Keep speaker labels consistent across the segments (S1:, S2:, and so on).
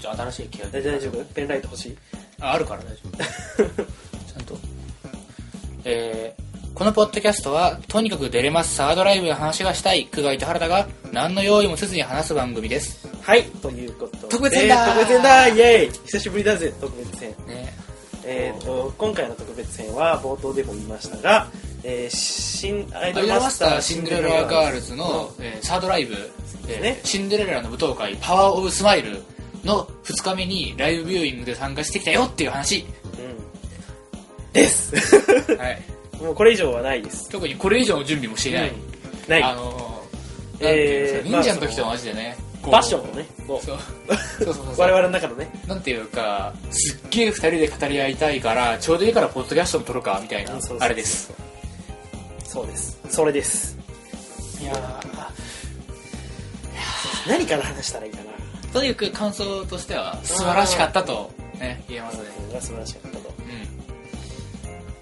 S1: 新しいケア
S2: え
S1: で
S2: 大丈夫ペンライト欲しい
S1: ああるから大丈夫 ちゃんと、えーこのポッドキャストはとにかく出れますサードライブの話がしたい久我井と原田が何の用意もせずに話す番組です、
S2: はいということで
S1: 特別編だ
S2: 特別編だイエーイ久しぶりだぜ特別編
S1: ね、
S2: えー、と今回の特別編は冒頭でも言いましたが、えー、新アイ
S1: アイ
S2: ドル
S1: ドル
S2: マ
S1: マ
S2: ス
S1: ス
S2: タ
S1: タ
S2: ー
S1: ーシンデレラガールズの
S2: の、
S1: えーサードライブ、えー
S2: ね
S1: シンデレラの舞踏会パワーオブスマイルの2日目にライブビューイングで参加してきたよっていう話、
S2: うん、です
S1: はい、
S2: もうこれ以上はないです
S1: 特にこれ以上の準備もしていない、
S2: な
S1: あ
S2: い
S1: のー、なんていうんです
S2: え
S1: か
S2: ー
S1: 忍者の時とマジでね、こう
S2: パッションをねもう
S1: そうそうそうそう
S2: 我々の中のね
S1: なんていうかすっげえ二人で語り合いたいからちょうどいいからポッドキャストも撮るかみたいな
S2: うんそうそうそう
S1: あれです
S2: そうですそれです
S1: いやー
S2: 何から話したらいいかな
S1: とにかく感想としては素晴らしかったと、ね、言えますね
S2: が素晴らしかったと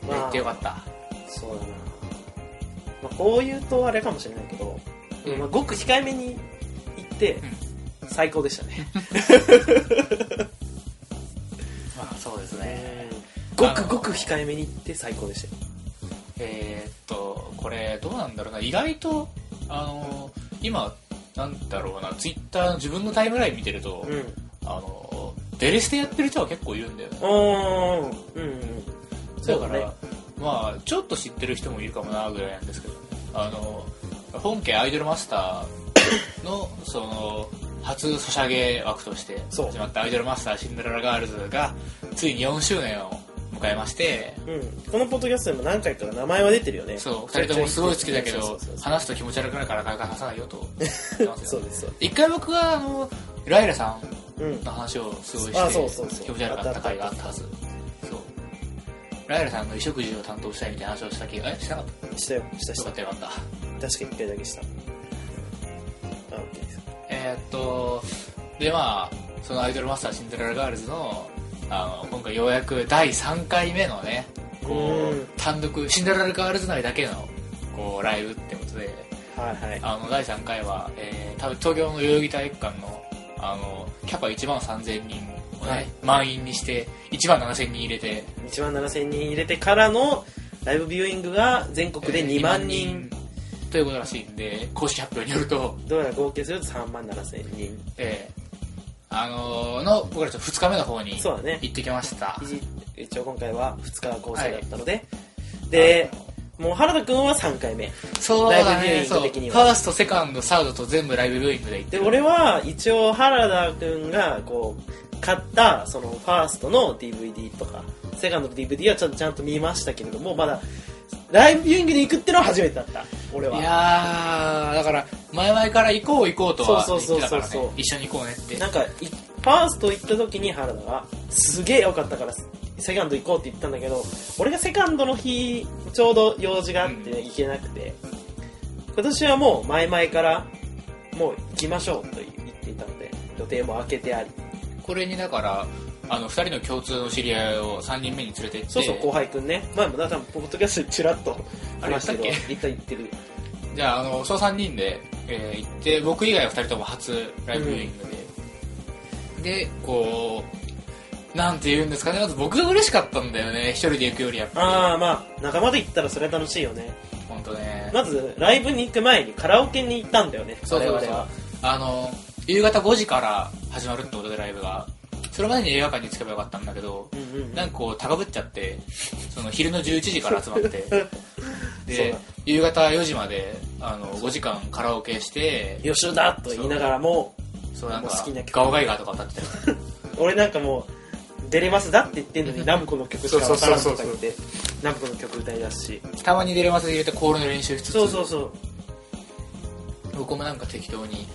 S1: うん
S2: ま
S1: 言
S2: あ
S1: ってよかった
S2: そうだな、まあ、こう言うとあれかもしれないけど、
S1: うん
S2: まあ、ごく控えめに行って、最高でしたね
S1: まあ そうですね
S2: ごくごく控えめに行って最高でしたよ
S1: えーっとこれどうなんだろうな意外とあの今なんだろうなツイッター自分のタイムライン見てると、
S2: うん
S1: あのデレステやってる人は結構いるんだよね
S2: うんうんうん
S1: だから、
S2: ね
S1: まあちょっと知ってる人もいるかもなぐらいなんですけどあの本家アイドルマスターのその初ソシャゲ枠として
S2: そう
S1: 始まったアイドルマスターシンデレラガールズがついに4周年を迎えまして
S2: うん、このポッドキャストでも何回か名前は出てるよね
S1: そう2人ともすごい好きだけ
S2: そ
S1: ど
S2: うそうそう
S1: 話すと気持ち悪くなるからなかなか話さないよと言ってますよ
S2: そうですそうで
S1: 一回僕はあのライラさん
S2: すうん
S1: の話をすごい
S2: あ
S1: して
S2: そうそうそう
S1: 気持ち悪かった回があったはずそうライラさんの衣食住を担当したいみたいな話をした気がえしなかった
S2: したよしたし
S1: よか
S2: た
S1: ったよかった
S2: 確か1回だけしたあ OK です
S1: えーっとでまあそのアイドルマスターシンデレラガールズのあの今回ようやく第3回目のねこ
S2: うん
S1: う単独シンデレラガールズ内だけのこうライブってことで
S2: はいはい
S1: あの第3回は、えー、多分東京の代々木体育館のあのキャパ1万3000人をね、
S2: はい
S1: 満員にして1万7000人入れて
S2: 1万7000人入れてからのライブビューイングが全国で2万人、
S1: ということらしいんで公式発表によると、
S2: どうやら合計すると3万7000人
S1: えーあのーの僕らちょっと2日目の方に
S2: そうだね
S1: 行ってきました、
S2: 一一応今回は2日構成だったので、で
S1: あの
S2: もう原田君は3回目
S1: そうだ
S2: ライブビ
S1: ね
S2: ューイング
S1: そうフ
S2: 的に
S1: ァ
S2: は
S1: ーストセカンドサードと全部ライブビューイングで行って
S2: で
S1: る
S2: 俺は一応原田君がこう買ったそのファーストの DVD とかセカンドの DVD はちゃんちゃんと見ましたけれどもまだライブビューイングに行くってのは初めてだった俺はい
S1: やーだから前々から行こう行こうとは
S2: そ
S1: 言
S2: う
S1: っ
S2: そう
S1: て
S2: そう
S1: た
S2: そ
S1: か
S2: う
S1: らね一緒に行こうねって
S2: なんかいファースト行った時に原田がすげえ良かったからセカンド行こうって言ったんだけど俺がセカンドの日ちょうど用事があって、行けなくて今年はもう前々からもう行きましょうと言っていたので予定も空けてあり
S1: これにだからあの2人の共通の知り合いを3人目に連れて行って
S2: そうそう後輩くんね前もだからポッドキャストでチラッと
S1: あれ
S2: 話したけど
S1: 言っ
S2: 行った行ってる
S1: じゃああのそう3人で、えー行って僕以外は2人とも初ライブビューイングで、でこうなんて言うんですかねまず僕が嬉しかったんだよね一人で行くよりやっぱ
S2: ああまあ仲間で行ったらそれは楽しいよね
S1: り本当ね、
S2: まずライブに行く前にカラオケに行ったんだよね
S1: そうそう
S2: 我
S1: そ
S2: 々
S1: う
S2: は
S1: あの夕方5時から始まるってことでライブがそれまでに映画館に着けばよかったんだけど
S2: うんうんうん
S1: なんかこう高ぶっちゃってその昼の11時から 集まって
S2: そう
S1: で
S2: だ
S1: 夕方4時まであの5時間カラオケして
S2: 予習だと言いながらも
S1: そうなんか
S2: もう好きな曲
S1: ガオガイガーとか歌ってたよ
S2: 俺なんかもう出れますだって言ってんのにナムコの曲しかわからんとか言ってナムコの曲歌いだすした
S1: まに出れます入れてコールの練習しつつ
S2: そうそうそう
S1: 僕もなんか適当に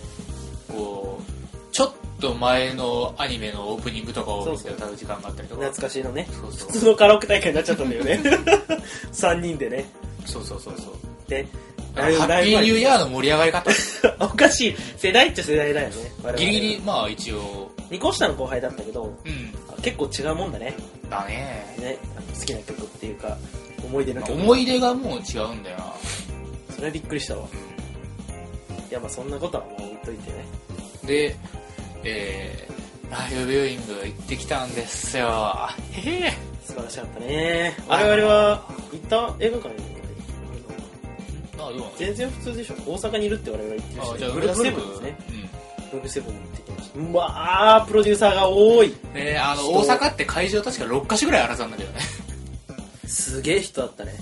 S1: こうちょっと前のアニメのオープニングとかを見て歌う時間があったりとか
S2: 懐かしいのね
S1: そうそう
S2: 普通のカラオケ大会になっちゃったんだよね3人でね
S1: そうそうそうそう
S2: で
S1: ハッピーニューイヤ
S2: ー
S1: ーの盛り上がり 方
S2: おかしい世代っちゃ世代だよね我々
S1: ギリギリまあ一応
S2: 2個下の後輩だったけど
S1: うん
S2: 結構違うもんだね
S1: だね
S2: ねあの好きな曲っていうか思い出の曲
S1: 思い出がもう違うんだよな
S2: それはびっくりしたわいやまあそんなことはもう置いといてね
S1: で、えーライブビューイング行ってきたんですよへえ
S2: 素晴らしかったね我々は行った映画館に
S1: あどうなん
S2: 全然普通でしょ大阪にいるって我々は言ってるし
S1: あじゃあ
S2: ブ
S1: ウ
S2: ル
S1: ル
S2: ー
S1: フ
S2: セ
S1: セ
S2: ブ
S1: ブ
S2: ン
S1: ン
S2: で
S1: ですす
S2: ね
S1: ね、
S2: ブルーセブンに行ってきましたうわープロデューサーが多い
S1: うん、であの大阪って会場確か6か所ぐらいあらたんだけどね
S2: すげえ人だったね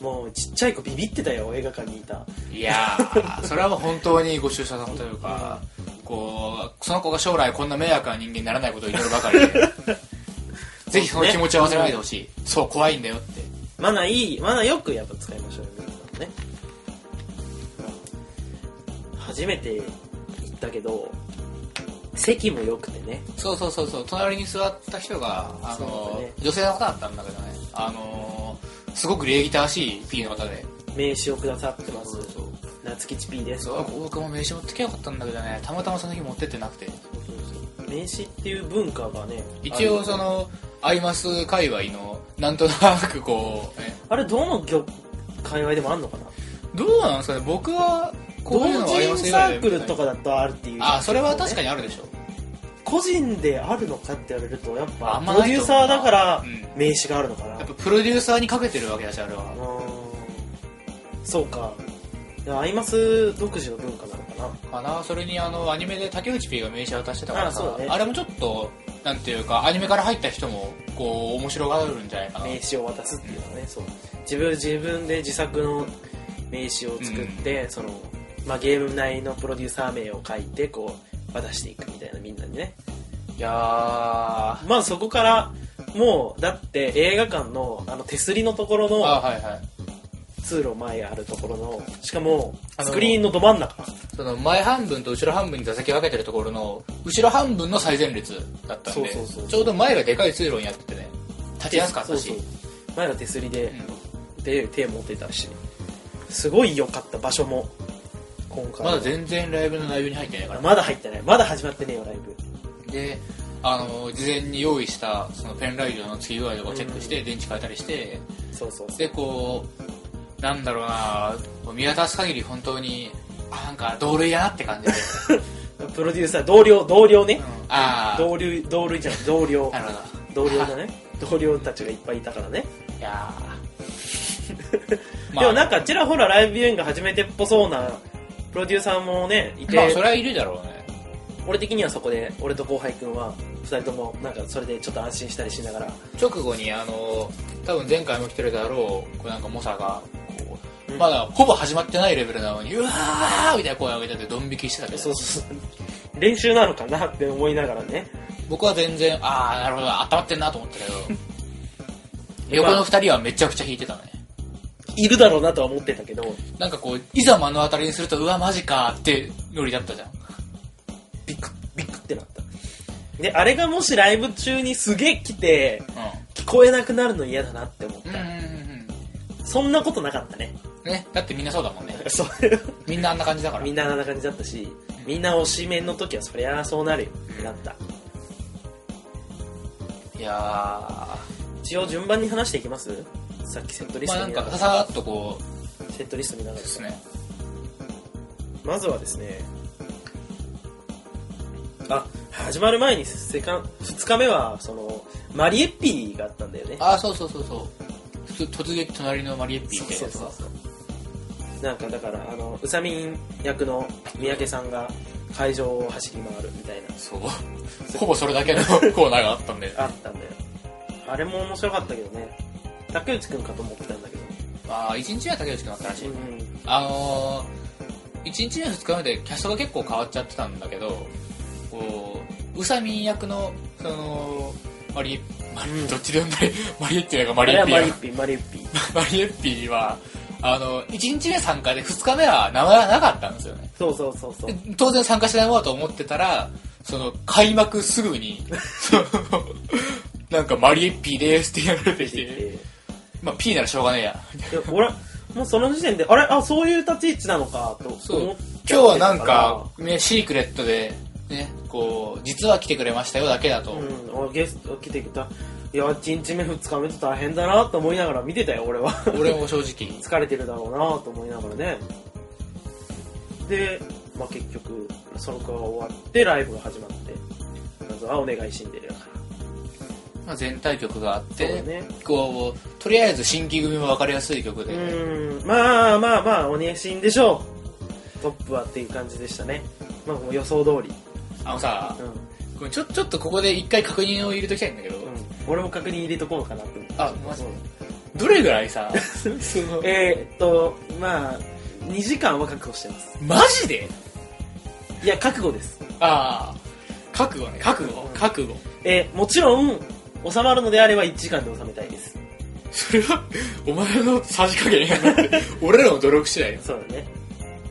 S2: もうちっちゃい子ビビってたよ映画館にいた
S1: うんいやーそれはもう本当にご出社さんというかこうその子が将来こんな迷惑な人間にならないことを祈るばか りでぜひその気持ちを忘れないでほしいそう怖いんだよって
S2: マナーいいマナーよくやっぱ使いましょうよ皆さんね初めて行ったけど席も良くてね
S1: そうそうそうそう隣に座った人があ
S2: そう
S1: の、
S2: だね
S1: 女性の方だったんだけどねあのすごく礼儀正しい P の方で
S2: 名刺をくださってます
S1: そうそう
S2: 夏吉 P です
S1: そう僕も名刺持ってきゃよかったんだけどねたまたまその日持ってってなくて
S2: そうそう名刺っていう文化がね
S1: 一応
S2: ある
S1: そのアイマス界隈のなんとなくこう、ね、
S2: あれどの業界隈でもあんのかな
S1: どうなんですかね僕はこう
S2: 同
S1: いうのは
S2: 人サークルと
S1: か
S2: かだとあるっていう
S1: あそれは確か
S2: に
S1: にあるでしょ
S2: 個人であるのかって言われるとやっ
S1: あ
S2: ぱ
S1: ん
S2: プ
S1: ま
S2: ロ
S1: な
S2: デ
S1: い
S2: ュー
S1: と思うな
S2: サーだから
S1: うん
S2: 名刺があるのかな
S1: やっぱプロデューサーにかけてるわけだしあれは
S2: うーんそうかいやアイマス独自の文化なのかな
S1: かなそれにあのアニメで竹内 P が名刺渡してたから
S2: あ
S1: さ
S2: そう
S1: あ,、
S2: だね
S1: れもちょっとなんていうかアニメから入った人もこう面白がるんじゃないかな
S2: 名刺を渡すっていうのはねそう自分自分で自作の名刺を作って、そのまあ、ゲーム内のプロデューサー名を書いてこう渡していくみたいなみんなにね
S1: いや
S2: まあそこからもうだって映画館のあの手すりのところ
S1: ーあ
S2: の
S1: はいはい
S2: 通路前あるところのしかも
S1: あの
S2: スクリーンのど真ん中
S1: その前半分と後ろ半分に座席分けてるところの後ろ半分の最前列だったんで
S2: そうそうそう
S1: ちょうど前がでかい通路にやっててね立ちやすかったし
S2: そうそう前が手すりで、
S1: う
S2: で手持ってたしすごい良かった場所も今
S1: ん
S2: 回
S1: まだ全然ライブの内容に入ってないから
S2: まだ入ってないまだ始まってねえよライブ
S1: であの事前に用意したそのペンライトの付き具合とかチェックして電池変えたりして
S2: そうそうそう
S1: でこうなんだろうなこう見渡す限り本当にあなんか同類だなって感じで、
S2: プロデューサー同僚同僚ね、
S1: ああ
S2: 同僚同僚じゃん同僚
S1: なるほど
S2: 同僚だね同僚たちがいっぱいいたからね、
S1: いやー
S2: でもなんかちらほらライブビューイング始めてっぽそうなプロデューサーもねいて、
S1: まあそれはいるだろうね
S2: 俺的にはそこで俺と後輩くんは2人ともなんかそれでちょっと安心したりしながら、
S1: 直後にあの多分前回も来てるだろうこうなんか猛者がこう
S2: うん
S1: まだほぼ始まってないレベルなのにうわーみたいな声を上げててドン引きしてたけ
S2: そ
S1: ど
S2: うそうそう練習なのかなって思いながらね
S1: 僕は全然ああなるほど温まってんなと思った けど横の二人はめちゃくちゃ引いてたね
S2: いるだろうなとは思ってたけど
S1: なんかこういざ目の当たりにするとうわマジかーってノリだったじゃん
S2: ビクッビクッってなったであれがもしライブ中にすげえ来て聞こえなくなるの嫌だなって思っ
S1: うん
S2: た、
S1: うんうん
S2: そんなことなかったね
S1: うんねだってみんなそうだもん ね
S2: そう
S1: みんなあんな感じだから
S2: みんなあんな感じだったしみんな推しメンの時はそりゃそうなるよってなった
S1: いやー
S2: 一応順番に話していきますさっきセットリス
S1: まあな
S2: ト
S1: ん
S2: 見な
S1: か
S2: が
S1: さ
S2: ら、
S1: さーっとこ
S2: セットリスト見なが
S1: う
S2: ら
S1: ですね
S2: まずはですねあ始まる前にセカン2日目はそのマリエッピーがあったんだよね
S1: ああそうそうそうそうふつ突撃隣のマリエッピー
S2: そう
S1: みたい
S2: そ
S1: な
S2: う
S1: やつ
S2: そう
S1: が
S2: そうなんかだからあの宇佐美役の三宅さんが会場を走り回るみたいな
S1: そうほぼそれだけのコーナーがあった んで
S2: あったんだよあれも面白かったけどね竹内くんかと思ってたんだけど
S1: ああ1日目は竹内君だったらしい
S2: うん
S1: あのー、1日目2日目でキャストが結構変わっちゃってたんだけどこう宇佐美役のそのマリエマリどっちで呼んだり マリエッティだかマ
S2: あ
S1: リ
S2: れ
S1: エッ
S2: は
S1: ピーだ
S2: マリエ
S1: か
S2: ッピーマリエッピ ー
S1: マリエッピーはあの1日目参加で2日目は名前はなかったんですよね
S2: そうそうそうそう
S1: で当然参加しないものだと思ってたらその開幕すぐに そのなんかマリエッピーですって言われてきてまあ P ならしょうがねえや
S2: で俺もうその時点であれあそういう立ち位置なのかと思っちゃ
S1: そ
S2: っ
S1: う
S2: て
S1: 今日はなんか、ね、シークレットで、ね、こう実は来てくれましたよだけだと、
S2: うんあゲスト来てきたいや1日目2日目と大変だなと思いながら見てたよ俺は
S1: 俺も正直
S2: 疲れてるだろうなと思いながらねで、まあ、結局その子が終わってライブが始まって謎ずはお願いシンデレラか
S1: まあ、全体曲があって
S2: そうだね
S1: こうとりあえず新規組も分かりやすい曲で、
S2: ら。うーん、まあまあまあ、お願いシンでしょう。トップはっていう感じでしたね。まあもう予想通り。
S1: あのさ
S2: うん。
S1: これちょちょっとここで一回確認を入れときたいんだけど、
S2: うん俺も確認入れとこうかなって思って。
S1: あマジで
S2: うん
S1: どれぐらい さその
S2: えーっと、まあ、2時間は覚悟してます。
S1: マジで
S2: いや、覚悟です。
S1: ああ覚悟ね覚悟
S2: うん
S1: 覚悟
S2: えーもちろん、収まるのであれば1時間で収めたいです。
S1: それはお前のさじ加減やなって俺らの努力次第よ
S2: そうだね。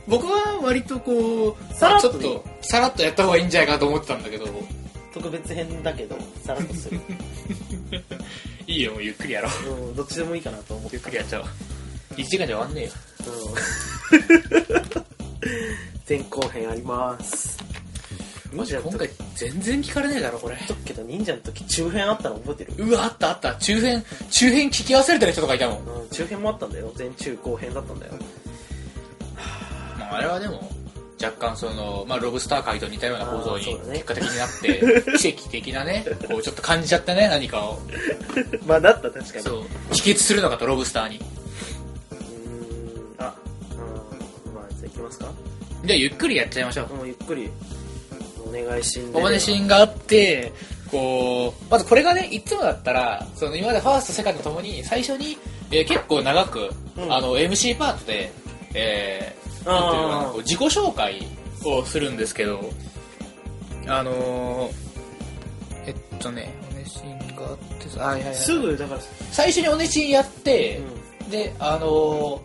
S1: 僕は割とこう
S2: さらっ
S1: ち
S2: と
S1: ょっとさらっとやった方がいいんじゃないかと思ってたんだけど
S2: 特別編だけど、さらっとする。
S1: いいよもうゆっくりやろう
S2: うん、どっちでもいいかなと思って
S1: ゆっ くりやっちゃおう1時間じゃ終わんねえよ
S2: 前後編あります。
S1: マジ今回全然聞かれねえだろこれ
S2: ちょっとけど忍者の時中編あったの覚えてる
S1: うわあったあった中編中編聞き忘れてる人とかいたもん、
S2: うん、中編もあったんだよ。前中後編だったんだよ。
S1: まあ、あれはでも若干その、まあ、ロブスター界と似たような構造に
S2: あーそうだね
S1: 結果的になって、 奇跡的なねこうちょっと感じちゃったね何かを
S2: まあ、だった、確かに。う
S1: そう秘訣するのかとロブスターに
S2: ーん、あ、うん、まあ、じゃあ行きますか。
S1: じゃあゆっくりやっちゃいましょう
S2: もうゆっくり、お願いしんで。
S1: お金シーンがあってこうまずこれがねいつもだったらその今までファーストセカンドともに最初に、えー結構長く、
S2: うん
S1: あの MC パートで、えー
S2: あー
S1: なんていうのかなこう自己紹介をするんですけどあのーえっとねおねシーンがあってあいやいや
S2: すぐ、だから、
S1: 最初におねシーンやって、
S2: う
S1: であの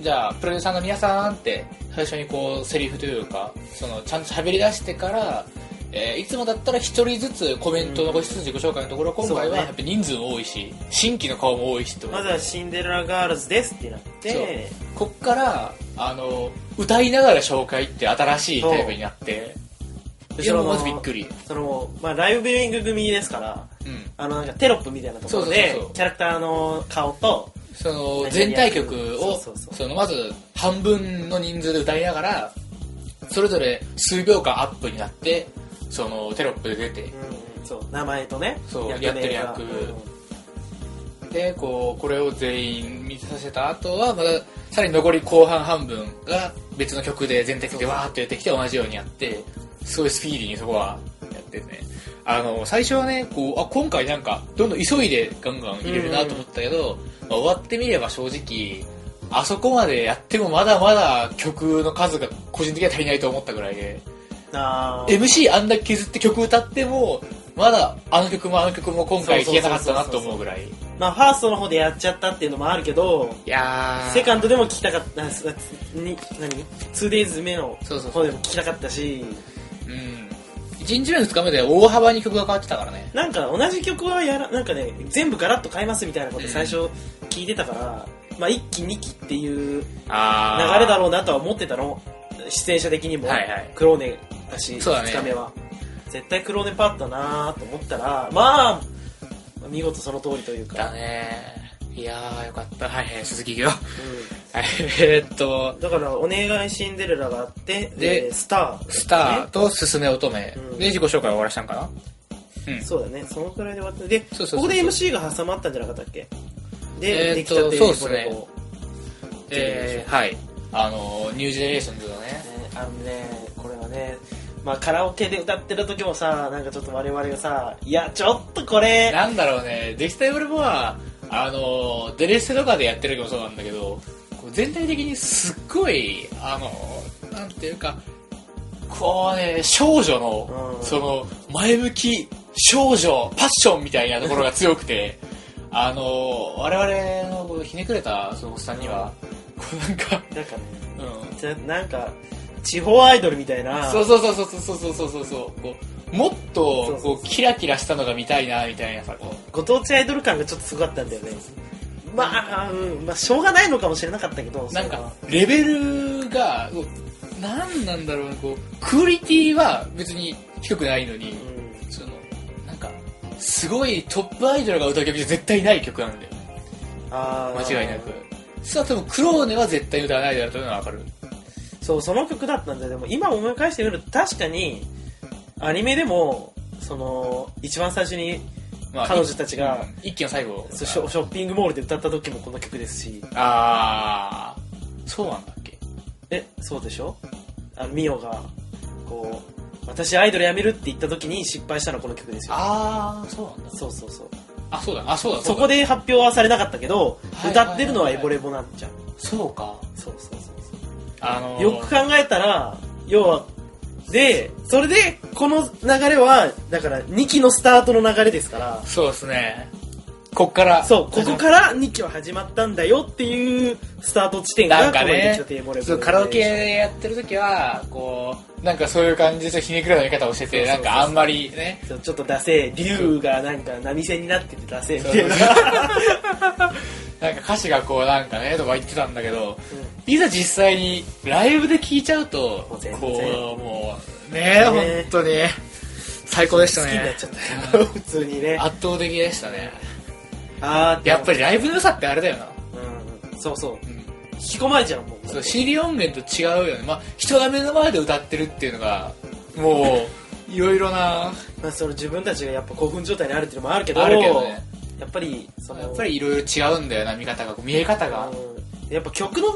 S1: ーじゃあプロデューサーの皆さんって最初にこうセリフというかそのちゃんと喋り出してから、えーいつもだったら一人ずつコメントを残しつつ自己紹介のところ今回
S2: そう
S1: は
S2: ね
S1: やっぱ人数も多いし新規の顔も多いしって
S2: ん
S1: こと
S2: まずはシンデレラガールズですってなって、
S1: こっから、あのー歌いながら紹介って新しいタイプになって
S2: そう
S1: いやもう
S2: その
S1: まずびっくり、
S2: その、まあ、ライブビューイング組ですから、
S1: うん、
S2: あの、なんかテロップみたいなところ
S1: そう
S2: で
S1: そうそうそう、
S2: キャラクターの顔と、
S1: その
S2: 何々
S1: 全体曲を
S2: そうそうそう
S1: そのまず半分の人数で歌いながらそれぞれ数秒間アップになってそのテロップで出て
S2: うん、そう、名前とね、
S1: そう
S2: 役名
S1: や
S2: が
S1: ってる役
S2: うん
S1: でこうこれを全員見させた後はまたさらに残り後半半分が別の曲で全体曲でわーっと出てきて同じようにやってすごいスピーディーにそこはやってるねあの最初はねこうあ今回なんかどんどん急いでガンガン入れるなと思ったけど、まあ終わってみれば正直あそこまでやってもまだまだ曲の数が個人的には足りないと思ったぐらいで
S2: あー
S1: MC あんだけ削って曲歌ってもまだあの曲もあの曲も今回弾けなかったなと思うぐらい
S2: まあ、ファーストの方でやっちゃったっていうのもあるけど、
S1: いやー
S2: セカンドでも聞きたかった、すに何 ?2days 目の
S1: そうそうそう
S2: 方でも聞きたかったし、
S1: うん。1日目の2日目で大幅に曲が変わってたからね。
S2: なんか同じ曲はやら、なんかね、全部ガラッと変えますみたいなこと最初聞いてたから、まあ1期2期っていう流
S1: あ
S2: れだ
S1: ろ
S2: ろうなとは思ってたの、出演者的にも、
S1: はいはい
S2: クローネだし、
S1: そうだね
S2: 2日目は。絶対クローネパートだなと思ったら、まあ、見事その通りというか。
S1: だねいやーよかった。はいはい、鈴木行くよ。
S2: うん
S1: はいえーっと、
S2: だから、お願いシンデレラがあって、
S1: で
S2: で、スター、
S1: スターとすすめ乙女
S2: うん
S1: で自己紹介を終わらしたんかなうん。
S2: そうだね、そのくらいで終わって、で、
S1: そうそうそうそう
S2: ここで MC が挟まったんじゃなかったっけで、
S1: えー
S2: で
S1: っ
S2: き
S1: と
S2: たって
S1: そう
S2: い
S1: っ
S2: う
S1: す
S2: こ
S1: ね
S2: れ
S1: えー、はい。あのー、ニュージェネレーションズのね。
S2: あのね、これはね、まあカラオケで歌ってる時もさ、なんかちょっと我々がさ、いや、ちょっとこれ、
S1: なんだろうね、できたよりもは、あのー、デレステとかでやってる時もそうなんだけど、こう全体的にすっごい、あのー、なんていうか、こうね、少女の、
S2: うん
S1: その、前向き、少女、パッションみたいなところが強くて、 あのー、我々のこうひねくれた、そのおっさんには、こうなんか、
S2: なんかね、
S1: うん。
S2: じゃなんか、地方アイドルみたいな、
S1: そうそうそうそうそうそうそうそう、こう、もっ
S2: そ
S1: と
S2: う、そう
S1: こう、キラキラしたのが見たいな、みたいなさ、こう。
S2: ご当地アイドル感がちょっとすごかったんだよね。まあ、うん、まあ、しょうがないのかもしれなかったけど、
S1: なん
S2: それ
S1: か
S2: は、
S1: レベルが、こうなんなんだろうな、こう、クオリティは別に低くないのに
S2: う、ん、
S1: その、なんか、すごいトップアイドルが歌う曲じゃ絶対ない曲なんだよ。
S2: あー
S1: 間違いなく。さあ、多分クローネは絶対歌わないだろうというのはわかる。
S2: そう、その曲だったんだよ。でも今思い返してみると確かに、アニメでも、その一番最初に
S1: まあ
S2: 彼女たちが
S1: うん一気の最後
S2: そうショショッピングモールで歌った時もこの曲ですし
S1: ああそうなんだっけ
S2: えそうでしょあのミオがこう私アイドル辞めるって言った時に失敗したのはこの曲ですよ
S1: ああそうなんだ
S2: そうそうそう
S1: あそうだあそうだ
S2: そうこ
S1: だ
S2: で発表はされなかったけど
S1: はい
S2: 歌ってるのはエボレボなんじゃん
S1: そうか
S2: そうそうそうそう
S1: あのー
S2: よく考えたら要はでそれでこの流れはだから2期のスタートの流れですから
S1: そうですねこっから
S2: そうここから2期は始まったんだよっていうスタート地点
S1: な
S2: が
S1: んか
S2: このエ
S1: ね
S2: キサテイボレボレで
S1: そうカラオケやってる時はこうなんかそういう感じでひねくれの言い方をしてて
S2: そう
S1: な
S2: そ
S1: ん
S2: うそう
S1: かあんまりね
S2: そうちょっとダセー竜がなんか波線になっててダセーみ
S1: そう
S2: たいな
S1: なんか歌詞がこうなんかねとか言ってたんだけどいざ実際にライブで聴いちゃうと
S2: も
S1: こ
S2: う全然
S1: うもうねえ
S2: ね
S1: 本当に最高でした
S2: 好きになっ
S1: ね
S2: ちゃったよ普通にね
S1: 圧倒的でしたね
S2: あー
S1: やっぱ
S2: り
S1: りライブの良さってあれだよな、
S2: うんそうそう
S1: うん、
S2: 引き込まれちゃうもん
S1: そう CD 音源と違うよねまあ人が目の前で歌ってるっていうのがもういろいろな
S2: まあ、その自分たちがやっぱ興奮状態にあるっていうのもあるけど
S1: あるけどね
S2: やっぱりその
S1: やっぱりいろいろ違うんだよな見方がこう見え方が
S2: うんやっぱ曲の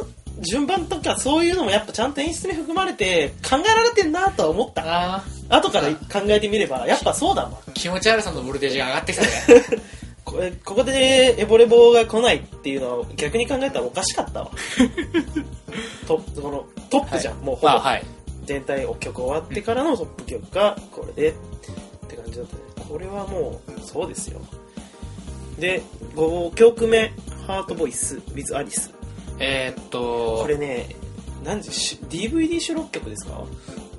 S2: 順番とかそういうのもやっぱちゃんと演出に含まれて考えられてんなとは思った
S1: あ
S2: 後から考えてみればやっぱそうだわ
S1: ー気持ち悪さのボルテージが上がってきたね
S2: これここでエボレボが来ないっていうのは逆に考えたらおかしかっ たわトップこのトップじゃん、もうほぼ
S1: まあはい
S2: 全体お曲終わってからのトップ曲がこれでって感じだったねこれはもうそうですよで5曲目「ハートボイス with アリス
S1: えーっと
S2: これね何時し DVD 収録曲ですか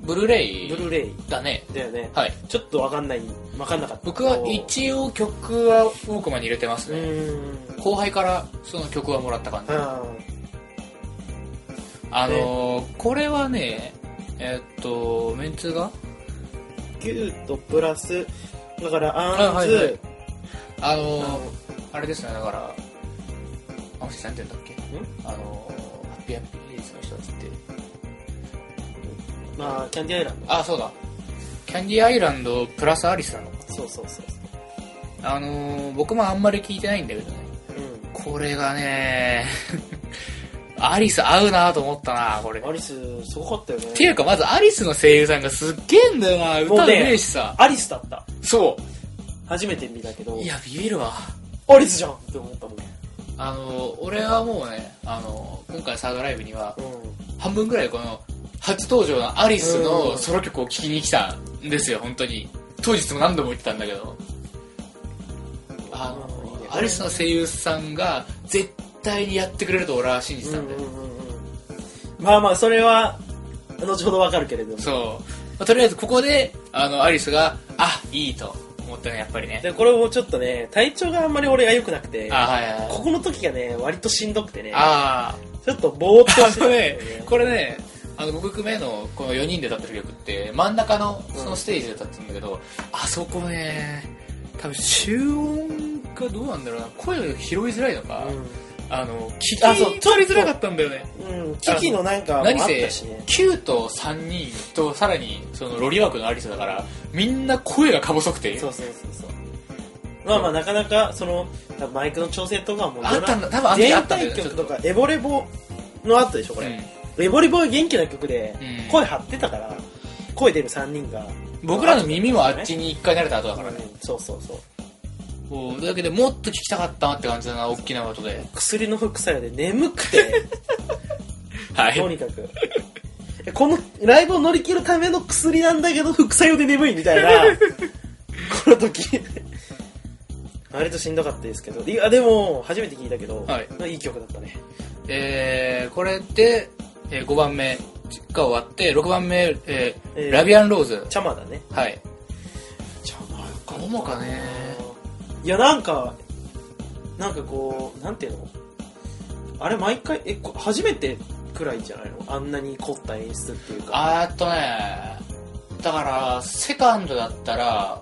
S1: ブルーレイ
S2: ブルーレイ
S1: だね
S2: だよね
S1: はい
S2: ちょっと分かんない分かんなかった
S1: 僕は一応曲は大熊に入れてます
S2: う
S1: ね
S2: ーん
S1: 後輩からその曲はもらった感じ
S2: あ
S1: あのーこれはねえーっとメンツが
S2: ーキュートプラスだから
S1: あ
S2: ア
S1: は
S2: ン
S1: いはい
S2: ズ
S1: あの
S2: あ
S1: ー
S2: の
S1: あれですねだからあの人なんて言うんだっけあのーハッピーハッピーレディースの人たちって
S2: まあキャンディアイランド
S1: あそうだキャンディーアイランドプラスアリスなの
S2: そうそうそうそ
S1: あのー僕もあんまり聞いてないんだけどね
S2: うう
S1: これがね アリス合うなと思ったなこれ
S2: んアリスすごかったよね
S1: っていうかまずアリスの声優さんがすっげえんだよな歌
S2: も
S1: う
S2: うね
S1: めえしさ、
S2: アリスだった
S1: そ
S2: 初めて見たけど
S1: ういやビビるわ
S2: アリスじゃんって思ったもん、
S1: あの俺はもうねあの今回サードライブには
S2: う
S1: 半分ぐらいこの初登場のアリス
S2: う
S1: の
S2: ん
S1: ソロ曲を聴きに来たんですよ本当に当日も何度も言ってたんだけどあ
S2: いいね
S1: のアリスの声優さんが絶対にやってくれると俺は信じてた
S2: んうん
S1: んだ
S2: う
S1: よ、
S2: んうんうんまあまあそれは後ほどわかるけれども
S1: そう、まあとりあえずここであのアリスがあいいと思ったねやっぱりね
S2: でこれもちょっとね体調があんまり俺が良くなくて
S1: あはいはいはい
S2: ここの時がね割としんどくてね
S1: あー
S2: ちょっとぼーっとして
S1: あ
S2: た
S1: の
S2: んだ
S1: ね
S2: よね、
S1: これね、あの5曲目のこの4人で歌ってる曲って、真ん中の
S2: うん
S1: そのステージで歌ってるんだけど、あそこね、多分、集音がどうなんだろうな、声が拾いづらいのか、あの、聞き
S2: あそう
S1: 取りづらかったんだよね。
S2: うん、うん、危機のなんかもあっ
S1: 何
S2: た
S1: せ
S2: しね、
S1: 9と3人と、さらに、その、ロリ枠のアリスだから、みんな声がか細くて
S2: そ、うそうそうそうまあまあなかなかその多分マイクの調整とかも
S1: あったんだ、多分あの時あ
S2: 全
S1: ったんだよ
S2: 体
S1: ね、ちょ
S2: 曲
S1: っ
S2: と
S1: と。
S2: かエボレボの後でしょこ
S1: う
S2: れ、
S1: ん
S2: エボレボは元気な曲で
S1: うん
S2: 声張ってたから声出る3人が
S1: 僕らの耳もあっちに一回慣れた後だからね。
S2: うんそうそうそう
S1: こうだけでもっと聞きたかったなって感じだな、大きな音で。
S2: 薬の副作用で眠くて
S1: は
S2: とにかくえこのライブを乗り切るための薬なんだけど副作用で眠いみたいな この時 割としんどかったですけどいやでも初めて聞いたけど、、
S1: はい
S2: い曲だったね
S1: えー、これで、えー5番目が終わって、6番目、えー
S2: えー
S1: ラビアンローズ。
S2: チャマだね
S1: はい。
S2: チャマ
S1: かったな桃かね
S2: いやなんかなんかこうなんていうのあれ毎回えこ初めてくらいじゃないのあんなに凝った演出っていうか
S1: あーっとね、だから、セカンドだったら、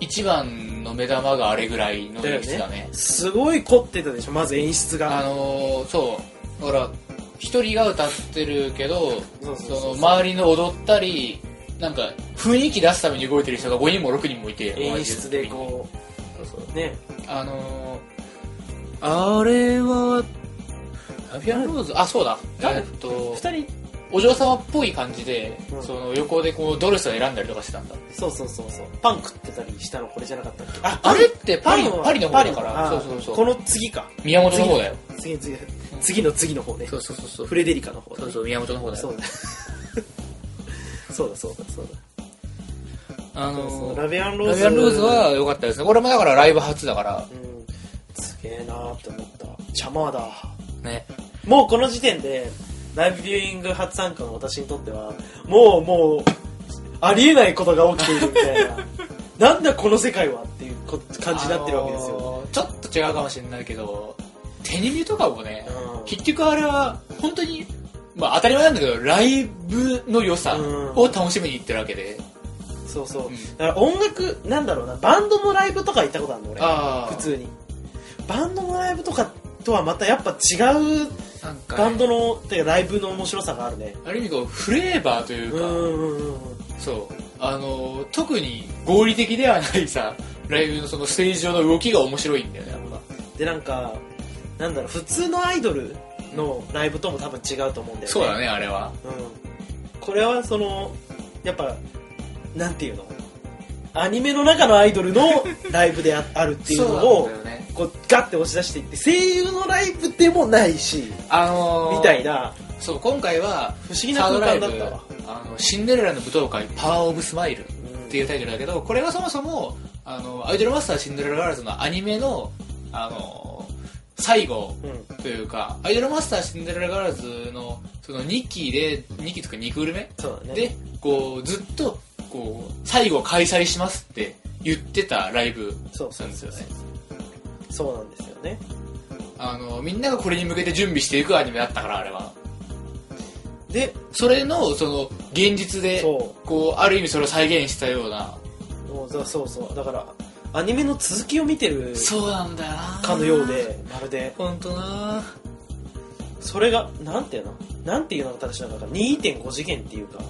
S1: 1番の目玉があれぐらいの演出だね。
S2: すごい凝ってたでしょまず演出
S1: あ
S2: が
S1: のー、そう。だから、一人が歌ってるけど、
S2: そうそうそう
S1: その周りの踊ったり、なんか雰囲気出すために動いてる人が5人も6人もいて
S2: 演出でこうね
S1: うあのー、あれはラビアンローズあそうだ
S2: 誰
S1: えっと
S2: 二人
S1: お嬢様っぽい感じで、
S2: うん
S1: その横でこうドレスを選んだりとかしてたんだ
S2: そうそうそうそうパン食ってたりしたのこれじゃなかったっけあ
S1: あれってパリの
S2: は
S1: パリの方だか
S2: パリの
S1: ら
S2: あ
S1: そ
S2: ー
S1: うそうそう
S2: この次か
S1: 宮本の方だよ
S2: 次次次の次の方ね
S1: そうそうそうそう
S2: フレデリカの方ね
S1: そうそう宮本の方だ
S2: そ
S1: よ
S2: うだそうだそうだそうだ
S1: あ
S2: そうそ
S1: の
S2: う
S1: ー
S2: ラビアンロー
S1: ラ
S2: ズ
S1: ビアンローズは良かったですね俺もだからライブ初だから
S2: うんすげえなーって思った邪魔だ
S1: ね
S2: もうこの時点でライブビューイング初参加の私にとってはもうもうありえないことが起きているみたいななんだこの世界はっていうこ感じになってるわけですよ、
S1: よちょっと違うかもしれないけど手にミとかもね
S2: うん
S1: 結局あれは本当にまあ当たり前なんだけどライブの良さ
S2: うん
S1: を楽しみに行ってるわけで
S2: そうそう、
S1: うん
S2: だから音楽なんだろうなバンドのライブとか行ったことあるの俺
S1: あ
S2: 普通にバンドのライブとかとはまたやっぱ違う
S1: なんかね
S2: バンドの、てかライブの面白さがあるね
S1: ある意味こうフレーバーといううんか
S2: うんうん
S1: そうあの特に合理的ではないさ ライブのそのステージ上の動きが面白いんだよねやっぱ
S2: でなんかなんだろう普通のアイドルのライブとも多分違うと思うんだよね
S1: そうだねあれは
S2: うん、これはそのやっぱなんていうのアニメの中のアイド ルのライブでああるっていうのを
S1: なんだよね
S2: こうガッて押し出していって声優のライブでもないし
S1: あのー
S2: みたいな
S1: そう今回は
S2: 不思議な空間だ
S1: サ
S2: ったわ
S1: ードライブあのシンデレラの舞踏会パワーオブスマイルっていううタイトルだけどこれはそもそもあのアイドルマスターシンデレラガールズのアニメのあの最後
S2: んうん
S1: というかアイドルマスターシンデレラガールズのその2期で2期とか2クール目
S2: そうだね
S1: でこうずっとこう最後開催しますって言ってたライブ
S2: そう
S1: な
S2: そうん
S1: ですよね
S2: そうなんですよね
S1: あのみんながこれに向けて準備していくアニメだったからあれは
S2: で
S1: それのその現実で
S2: そ
S1: こうある意味それを再現したような
S2: うもうだそうそうだからアニメの続きを見てる
S1: そうなんだよな
S2: かのようでまるで
S1: 本当な
S2: それがなんていうのなんていうのが正しいのかわかんない2.5次元っていうか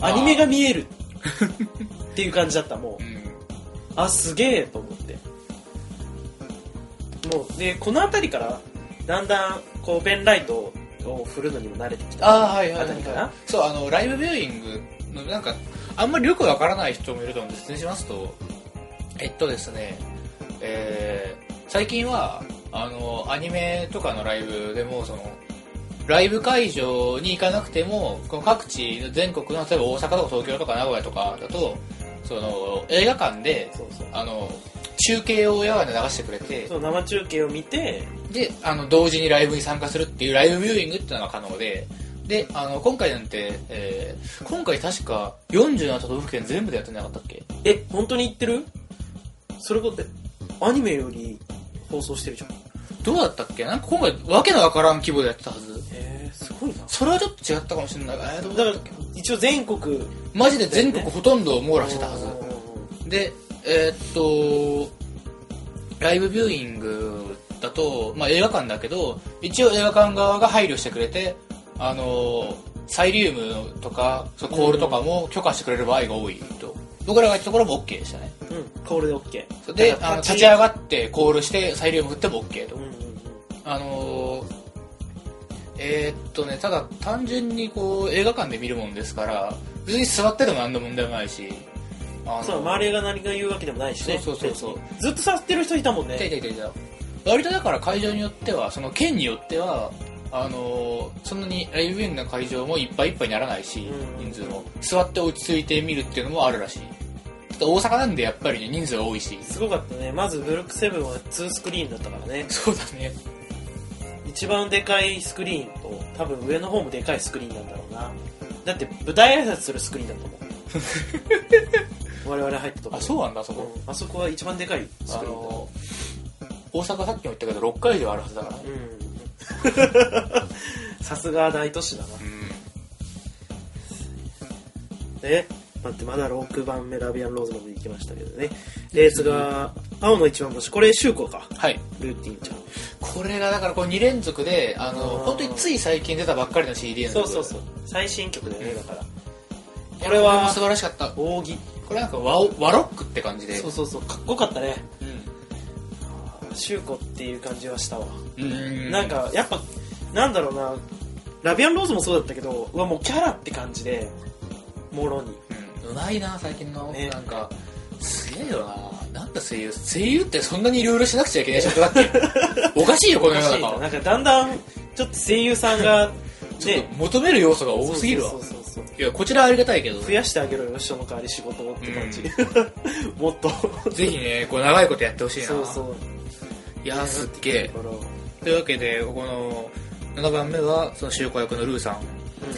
S2: アニメが見えるっていう感じだったもう
S1: うん
S2: あすげえと思ってもうでこの辺りからだんだんこうペンライトを振るのにも慣れてきた
S1: ああはいはい
S2: あたりかな
S1: そうあのライブビューイングのなんかあんまりよくわからない人もいると思うんで説明しますとえっとですねえー最近はあのアニメとかのライブでもそのライブ会場に行かなくてもこの各地の全国の例えば大阪とか東京とか名古屋とかだとその映画館で
S2: そうそう
S1: あの中継を親が流してくれて
S2: そう生中継を見て
S1: であの同時にライブに参加するっていうライブビューイングっていうのが可能でであの今回なんて、えー今回確か47都道府県全部でやってなかったっけ
S2: え本当に言ってるそれこそアニメより放送してるじゃんへ
S1: どうだったっけなんか今回わけのわからん規模でやってたはず
S2: えすごいな
S1: それはちょっと違ったかもしれないえーどう
S2: だ
S1: だ
S2: か
S1: っ
S2: ら
S1: たっけ
S2: 一応全国
S1: マジで全国ほとんどを網羅してたはず
S2: う
S1: でえーっとライブビューイングだと、まあ、映画館だけど一応映画館側が配慮してくれてあのサイリウムとかそうコールとかも許可してくれる場合が多いと僕らが行ったところも OK でしたね
S2: んうんコールで OK
S1: であの立ち
S2: 上
S1: 上がってコールしてサイリウム振っても OK と
S2: うんうんうん
S1: あのーえーっとねただ単純にこう映画館で見るもんですから別に座ってでも何の問題もないしあのー
S2: そう周りが何か言うわけでもないしね
S1: そうそうそうそう
S2: 別にずっとさってる人いたもん
S1: いたい
S2: ね
S1: たいたいた割とだから会場によってはその県によってはあのーそんなにライブインの会場もいっぱいいっぱいにならないし、
S2: うん
S1: 人数も座って落ち着いて見るっていうのもあるらしいただ大阪なんでやっぱりね人数が多いし
S2: すごかったねまずブルックセブンは2スクリーンだったからね
S1: そうだね
S2: 一番でかいスクリーンと多分上の方もでかいスクリーンなんだろうなだって舞台挨拶するスクリーンだと思 う我々入ったとこ
S1: あそうなんだそこ、
S2: うんあそこは一番でかいス
S1: あ
S2: クリーンだ
S1: のー大阪さっきも言ったけど6回以上あるはずだから、
S2: うん さすが大都市だなね待ってまだ6番目ラビアンローズまで行きましたけどねレースが青の一番星これ周行か
S1: はい
S2: ルーティンちゃん
S1: これがだからこう2連続であの
S2: あー
S1: 本当につい最近出たばっかりの CD なんだ
S2: そ
S1: け
S2: う
S1: ど
S2: そうそう最新曲だよねだからこれは
S1: 素晴らしかったこ
S2: 扇
S1: れなんか和を和ロックって感じで
S2: そうそうそうかっこよかったね
S1: う
S2: シューコっていう感じはしたわ、
S1: んうん
S2: なんかやっぱなんだろうなラビアンローズもそうだったけどうわもうキャラって感じでもろに
S1: うんうまいな最近の、
S2: ね
S1: なんかすげえよななんだ声優声優ってそんなにいろいろしなくちゃいけない職だって おかしいよこの世の中
S2: な
S1: は
S2: んかだんだんちょっと声優さんが
S1: ちょっと
S2: ね
S1: 求める要素が多すぎるわ
S2: そうそうそうそう
S1: いやこちらはありがたいけど
S2: 増やしてあげろよ人の代わり仕事をって感じ、 もっと
S1: ぜひねこう長いことやってほしいな
S2: そうそう
S1: いやすっげえ
S2: だからうん
S1: というわけでこの7番目はその修子役のルーさん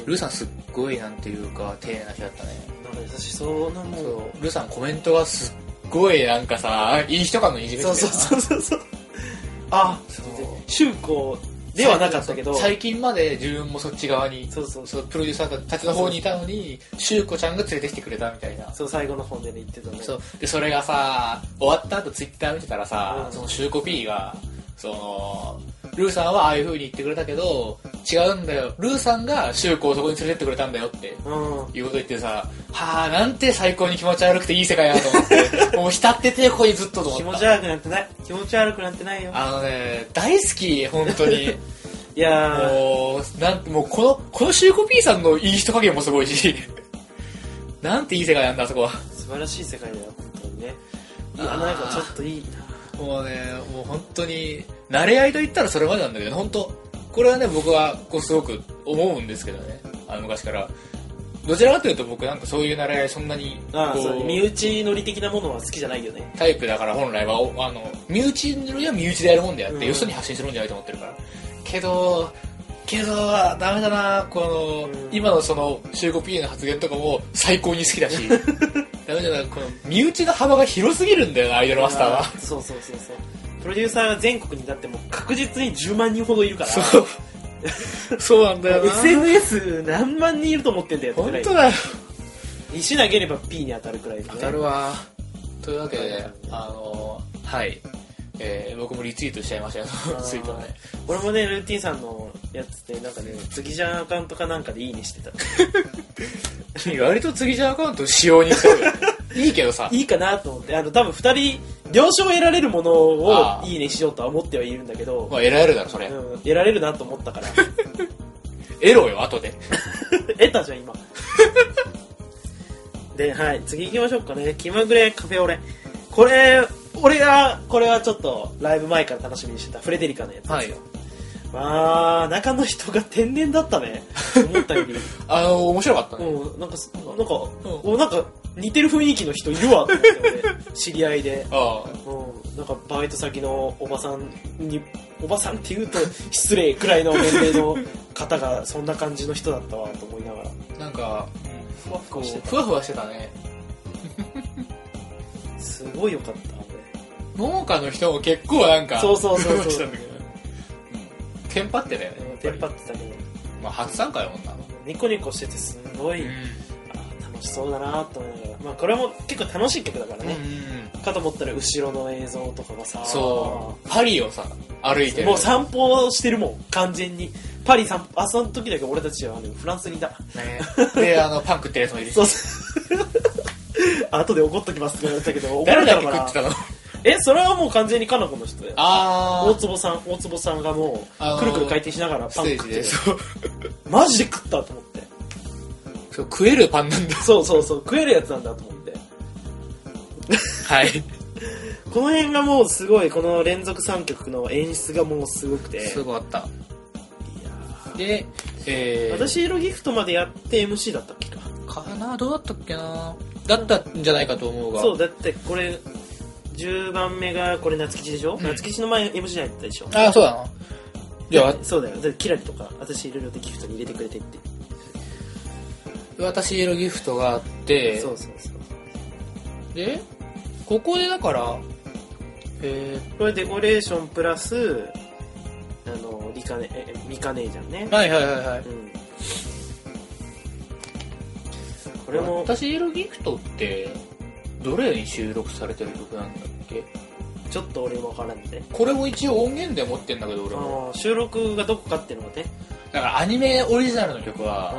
S1: ルーさんすっごいなんていうか丁寧な人だったね
S2: なんか優しそうなもん
S1: ルーさんコメントがすっごいなんかさいい人感のいじめ
S2: そうそうそうそうそうあ
S1: そう
S2: 中高ではなかったけど
S1: 最近まで自分もそっち側に
S2: そうそう
S1: そ
S2: そう
S1: のプロデューサーたちの方にいたのに修子ちゃんが連れてきてくれたみたいな
S2: そう最後の本でね言ってたね
S1: そうでそれがさ終わった後ツイッター見てたらさ、
S2: うん
S1: そのシューコ P がそのルーさんはああいう風に言ってくれたけど違うんだよルーさんがシューコをそこに連れてってくれたんだよって
S2: うん
S1: いうこと言ってさはあなんて最高に気持ち悪くていい世界だと思ってもう浸っててここにずっとと思った
S2: 気持ち悪くなってない気持ち悪くなってないよ
S1: あのね大好き本当に
S2: いやー
S1: もうなんもうこのこのシューコ P さんのいい人加減もすごいし なんていい世界なんだあそこは
S2: 素晴らしい世界だよ本当にねいや
S1: あー
S2: なんかちょっといいな
S1: もうね、もう本当に、慣れ合いと言ったらそれまでなんだけど、本当、これはね、僕は、こう、すごく思うんですけどね、あの、昔から。どちらかというと僕なんかそういう慣れ合いそんなに、
S2: ああ
S1: こ
S2: そう
S1: う、
S2: 身内乗り的なものは好きじゃないよね
S1: タイプだから本来は、おあの、身内には身内でやるもんであって、
S2: うん
S1: よそに発信するもんじゃないと思ってるから。けど、けど、ダメだな、この、
S2: うん
S1: 今のその、中国 PA の発言とかも最高に好きだ し、ダメだな、この、身内の幅が広すぎるんだよな、アイドルマスターは
S2: あ。そうそうそうそうプロデューサーが全国にだってもう確実に10万人ほどいるから
S1: そう。そうなんだよな。
S2: SNS 何万人いると思ってんだよって
S1: 本
S2: ぐらい
S1: 当だよ。
S2: 石投げれば P に当たるくらいのね
S1: 当たるわ。というわけで、あのー、はい。えー、僕もリツイートしちゃいましたよ、そのツイートね。
S2: 俺もねルーティンさんのやつでなんかね次じゃんアカウントかなんかでいいねしてた
S1: 君、 割と次じゃアカウント使用に使うよ。 いいけどさ。
S2: いいかなと思ってあの多分2人了承を得られるもの
S1: あ
S2: を
S1: ー
S2: いいねしようとは思ってはいるんだけど、
S1: まあ、得られるだろ、それ。
S2: うん、得られるなと思 ったから
S1: エロよ、後で。
S2: 得たじゃん 今ではい次行きましょうかね気まぐれカフェオレこれ俺がこれはちょっとライブ前から楽しみにしてたフレデリカのやつ
S1: はい。
S2: まあ中の人が天然だったね思ったよ り
S1: あのー、面白かったね。
S2: うん、なんかす、なんか、
S1: うん
S2: おなんか、似てる雰囲気の人いるわって 思って、俺知り合いで。
S1: ああ。
S2: うん、なんか、バイト先のおばさんに、おばさんって言うと失礼くらいの年齢の方が、そんな感じの人だったわと思いながら。
S1: なんか、
S2: ふわふ
S1: こ
S2: わして
S1: う、ふわふわしてたね。
S2: た。すごいよかった、
S1: 農家の人も結構なんか、
S2: そうそうそうそ
S1: ふ
S2: う
S1: わふわしてたんだけどねうんテンパってたよね。やっぱり
S2: 俺。テンパってたけど、
S1: まあ、初参加やもんな。
S2: ニコニコしててすごい、あ楽しそうだなと思いながら。まあ、これも結構楽しい曲だからね。かと思ったら、後ろの映像とかがさ、
S1: そうパリをさ歩いてる
S2: もう散歩してるもん、完全に。パリ散歩、あ、その時だけ俺たちはあのフランスにいた。
S1: ねであのパン食ってるやつもいるし
S2: そう そう。後で怒っときますって言われたけど、
S1: 誰だけ
S2: 怒
S1: 食
S2: られ
S1: ってたの
S2: え、それはもう完全にかなこの人だよ。大
S1: あ
S2: 坪さん、大坪さんがも
S1: あのー
S2: う、くるくる回転しながら
S1: あ
S2: パ
S1: ステ
S2: ン食
S1: ー
S2: っ
S1: ジ
S2: て
S1: で
S2: る。
S1: そう
S2: マジで食ったと思って。
S1: そう食えるパンなんだ
S2: そうそうそう、食えるやつなんだと思って。
S1: はい
S2: この辺がもうすごい、この連続3曲の演出がもうすごくて。
S1: すごかった
S2: いやー
S1: でえー、
S2: 私、色ギフトまでやって MC だったっけか。
S1: かなどうだったっけなだったんじゃないかと思うが
S2: そうだってこれ10番目がこれ夏吉でしょ、
S1: ん
S2: 夏吉の前 MC 入ったでしょ
S1: ああそうだなじゃあ
S2: そうだよだってキラリとか私いろいろでギフトに入れてくれてって、
S1: 私色ギフトがあって
S2: そうそうそう
S1: でここでだからえ
S2: これデコレーションプラスあのリカネええミカ姉ちゃんね
S1: ー、、はいはいはいはい
S2: うんこれも
S1: 私色ギフトってどれに収録されてる曲なんだっけ
S2: ちょっと俺もわからんで
S1: これも一応音源で持ってんだけど俺も
S2: あー収録がどこかっていうのもね、
S1: だからアニメオリジナルの曲は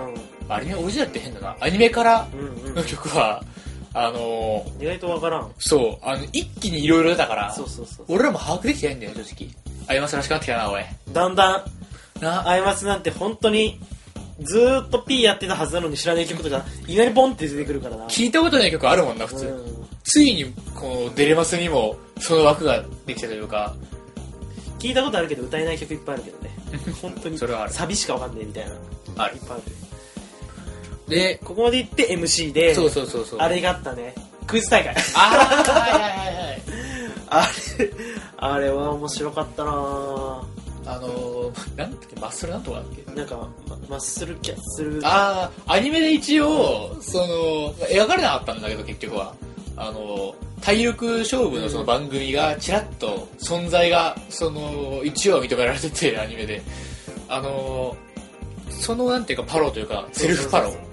S2: う
S1: アニメオリジナルって変だな。アニメから
S2: うんう
S1: の
S2: ん
S1: 曲は、あのー
S2: 意外とわからん
S1: そう、あの、一気にいろいろ出たから、
S2: そうそうそう
S1: 俺らも把握できてないんだよ、正直。あいますらしくなってきたな、おい。
S2: だんだん
S1: な、
S2: アイマスなんて本当にずーっと P やってたはずなのに知らない曲とかいきなりボンって出てくるからな
S1: 聞いたことない曲あるもんな、普通。
S2: うん
S1: ついに、この、デレマスにも、その枠ができたというか、
S2: 聞いたことあるけど歌えない曲いっぱいあるけどね本当に
S1: それはある
S2: サビしかわかんないみたいな
S1: あ
S2: い
S1: る
S2: っ。ぱいある
S1: で、
S2: ここまで行って MC で
S1: そうそうそうそう。
S2: あれがあったねクイ ズ大会
S1: あーはいはいはいはい。
S2: あれあれは面白かったなぁ
S1: あのー、なんだっけ、マッスルなんとかだっけ
S2: なんかまマッスルキャッスル
S1: ああ、アニメで一応、その、描かれなかったんだけど、結局は。あの、体力勝負のその番組が、ちらっと存在が、その、一応は認められてて、アニメで。あの、その、なんていうか、パロというか、セルフパロ
S2: そう。そう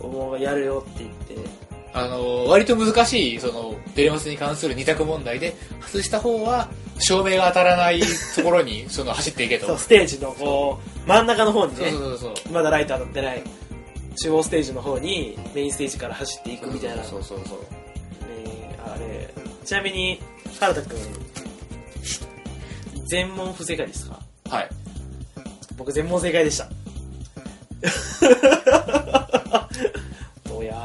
S2: そうもうやるよって言って
S1: あの、割と難しい、その、デレマスに関する二択問題で、外した方は、照明が当たらないところ に、その、走っていけと。
S2: そうステージのこう真ん中の方に
S1: そう
S2: ね
S1: そうそうそう。
S2: まだライト当たってない中央ステージの方にメインステージから走っていくみたいな
S1: そうそうそう。
S2: ねあれちなみに原田君全問不正解ですか
S1: はい。
S2: 僕全問正解でした どやーどや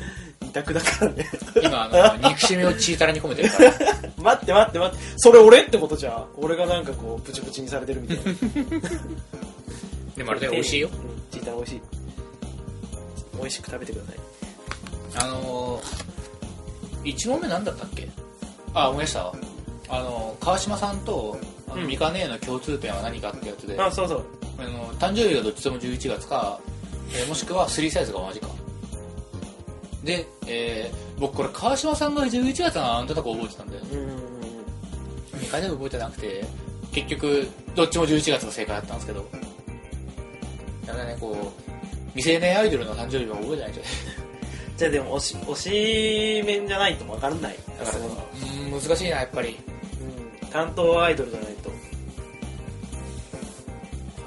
S2: ー二択だからね
S1: 今、あの、憎しみをちいたらに込めてるから。
S2: 待って待って待ってそれ俺ってことじゃん俺がなんかこうプチプチにされてるみたいな
S1: でもあれだよ、美味しいよ。
S2: うん。チーター美味しい。美味しく食べてください。
S1: あのー、1問目なんだったっけあ、思い出したわ。あのー、川島さんと、あの
S2: うん
S1: ミカ姉の共通点は何かってやつで、
S2: あ、
S1: あ
S2: そうそう。
S1: の誕生日がどっちとも11月か、えーもしくは3サイズが同じか。で、えー僕これ川島さんが11月はなんとなく覚えてたんだよね。
S2: うんうんうん。
S1: ミカ姉は覚えてなくて、結局、どっちも11月が正解だったんですけど、だからね、こう、未成年アイドルの誕生日は覚えてないじゃない
S2: じゃあでも、推し、推し面じゃないとわかんない。
S1: だから
S2: その
S1: うーん、難しいな、やっぱり。
S2: うん。担当アイドルじゃないと。覚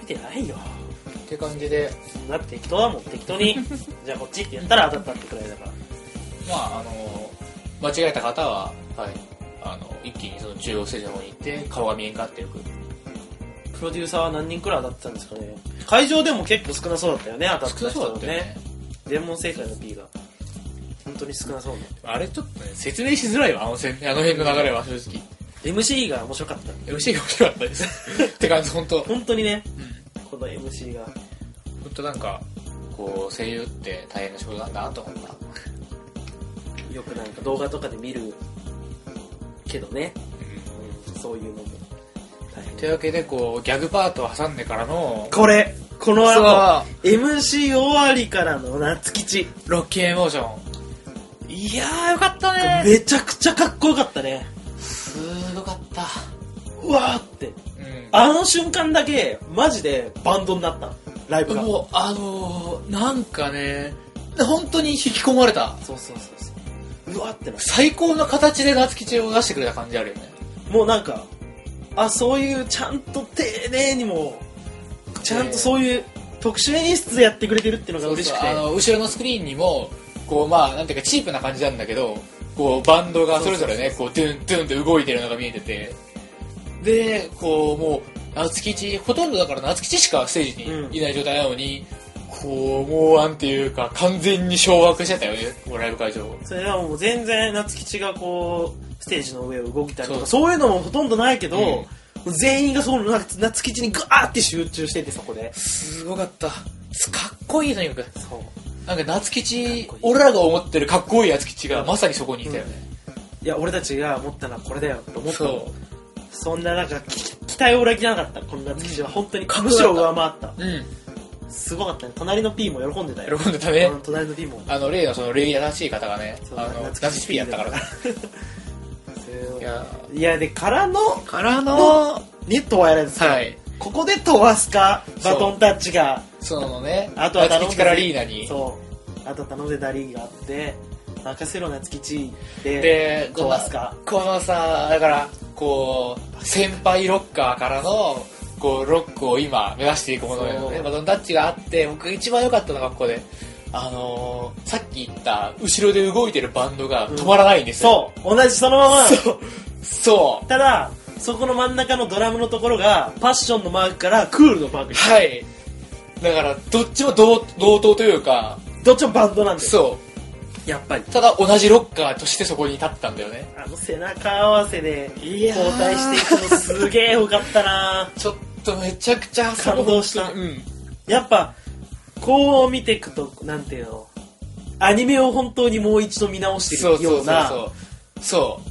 S2: えてないよ。
S1: って感じで、
S2: だって適当だもん。適当 に。じゃあこっちってやったら当たったってくらいだから。
S1: まあ、あの、間違えた方は、はい、あの、一気にその中央ステージの方に行って、顔が見えんかってよく。
S2: プロデューサーは何人くらい当たってたんですかね。会場でも結構少なそうだったよね、当たっ
S1: 少
S2: てた
S1: な
S2: 人
S1: そうだ
S2: も
S1: ったよね。
S2: 全問正解の P が。本当に少なそうな。
S1: あれちょっとね、説明しづらいわ、あの線あの辺の流れは正直。
S2: MC が面白かった。
S1: MC が面白かったです。って感じ、本当
S2: 本当にね、
S1: うん。
S2: この MC が。
S1: 本当なんか、こう、声優って大変な仕事なんだなと思った。
S2: よくなんか動画とかで見るけどね、そういうのも大
S1: とい
S2: 変
S1: うわけで、こう、ギャグパートを挟んでからの、
S2: これこの
S1: そう
S2: 後 MC 終わりからの夏吉
S1: ロッキーエモーション。いやー、よかったね
S2: めちゃくちゃかっこよかったね
S1: すごかった。
S2: うわーって
S1: うん。
S2: あの瞬間だけマジでバンドになったライブが
S1: もう、あのー、なんかね、本当に引き込まれた。
S2: そうそうそうそううわーってなっ
S1: 最高の形で夏吉を出してくれた感じあるよね。
S2: たもうなんかあそういうちゃんと丁寧にもちゃんとそういう特殊演出やってくれてるっていうのが嬉しくて
S1: あの、後ろのスクリーンにも、こう、まあ、なんていうか、チープな感じなんだけど、こう、バンドがそれぞれね、こう、ドゥン、ドゥンって動いてるのが見えてて、で、こう、もう、夏吉、ほとんどだから夏吉しかステージにいない状態なのに、こう、もう、なんていうか、完全に掌握してたよね、こうライブ会場を。
S2: それはもう全然夏吉がこうステージの上を動いたり
S1: そ
S2: とか
S1: う
S2: そういうのもほとんどないけど、全員がその夏夏吉にガーって集中しててそこです
S1: ごかった。すかっこいいとにかく。
S2: そう
S1: なんか夏吉
S2: かっこいい
S1: 俺らが思ってるかっこいい夏吉がまさにそこにいたよね、
S2: いや俺たちが思ったのはこれだよと思ったの
S1: そ
S2: そんななんかき期待を裏切らなかったこの夏吉は本当に
S1: かっこ
S2: む
S1: よかっ
S2: したろ上回った
S1: ううん
S2: すごかったね隣の P も喜んでたよ
S1: 喜んでたね
S2: うん隣の P も
S1: あの例のその礼儀正しい方がね
S2: そう
S1: あの
S2: 夏
S1: 夏吉ピーやった から
S2: い
S1: い
S2: や
S1: や
S2: いやでからの
S1: から
S2: のねとはやらず
S1: はい
S2: ここで飛ばすかバトンタッチが
S1: そのね
S2: あとは頼ん
S1: 夏
S2: で
S1: 吉からリーナに
S2: そうあと頼んでたリーがあって任せろ夏吉で
S1: でこの
S2: 壊すか
S1: このさだからこう先輩ロッカーからのこうロックを今目指していくものよね
S2: そう
S1: バトンタッチがあって僕一番良かったのがここであのーさっき言った後ろで動いてるバンドが止まらないんですよ、
S2: そう同じそのまま
S1: そうそう
S2: ただそこの真ん中のドラムのところがパッションのマークからクールのマークに
S1: はいだからどっちも同同等というか
S2: どっちもバンドなんですよ
S1: そ
S2: やっぱり
S1: うただ同じロッカーとしてそこに立ったんだよね
S2: あの背中合わせで
S1: いや
S2: 交
S1: ー
S2: 代していくのすげえよかったな
S1: ちょっとめちゃくちゃ
S2: 感動した
S1: うん
S2: やっぱこう見ていくとなんていうのアニメを本当にもう一度見直して
S1: そう
S2: る
S1: そ
S2: よ
S1: うそうう
S2: な
S1: そうそ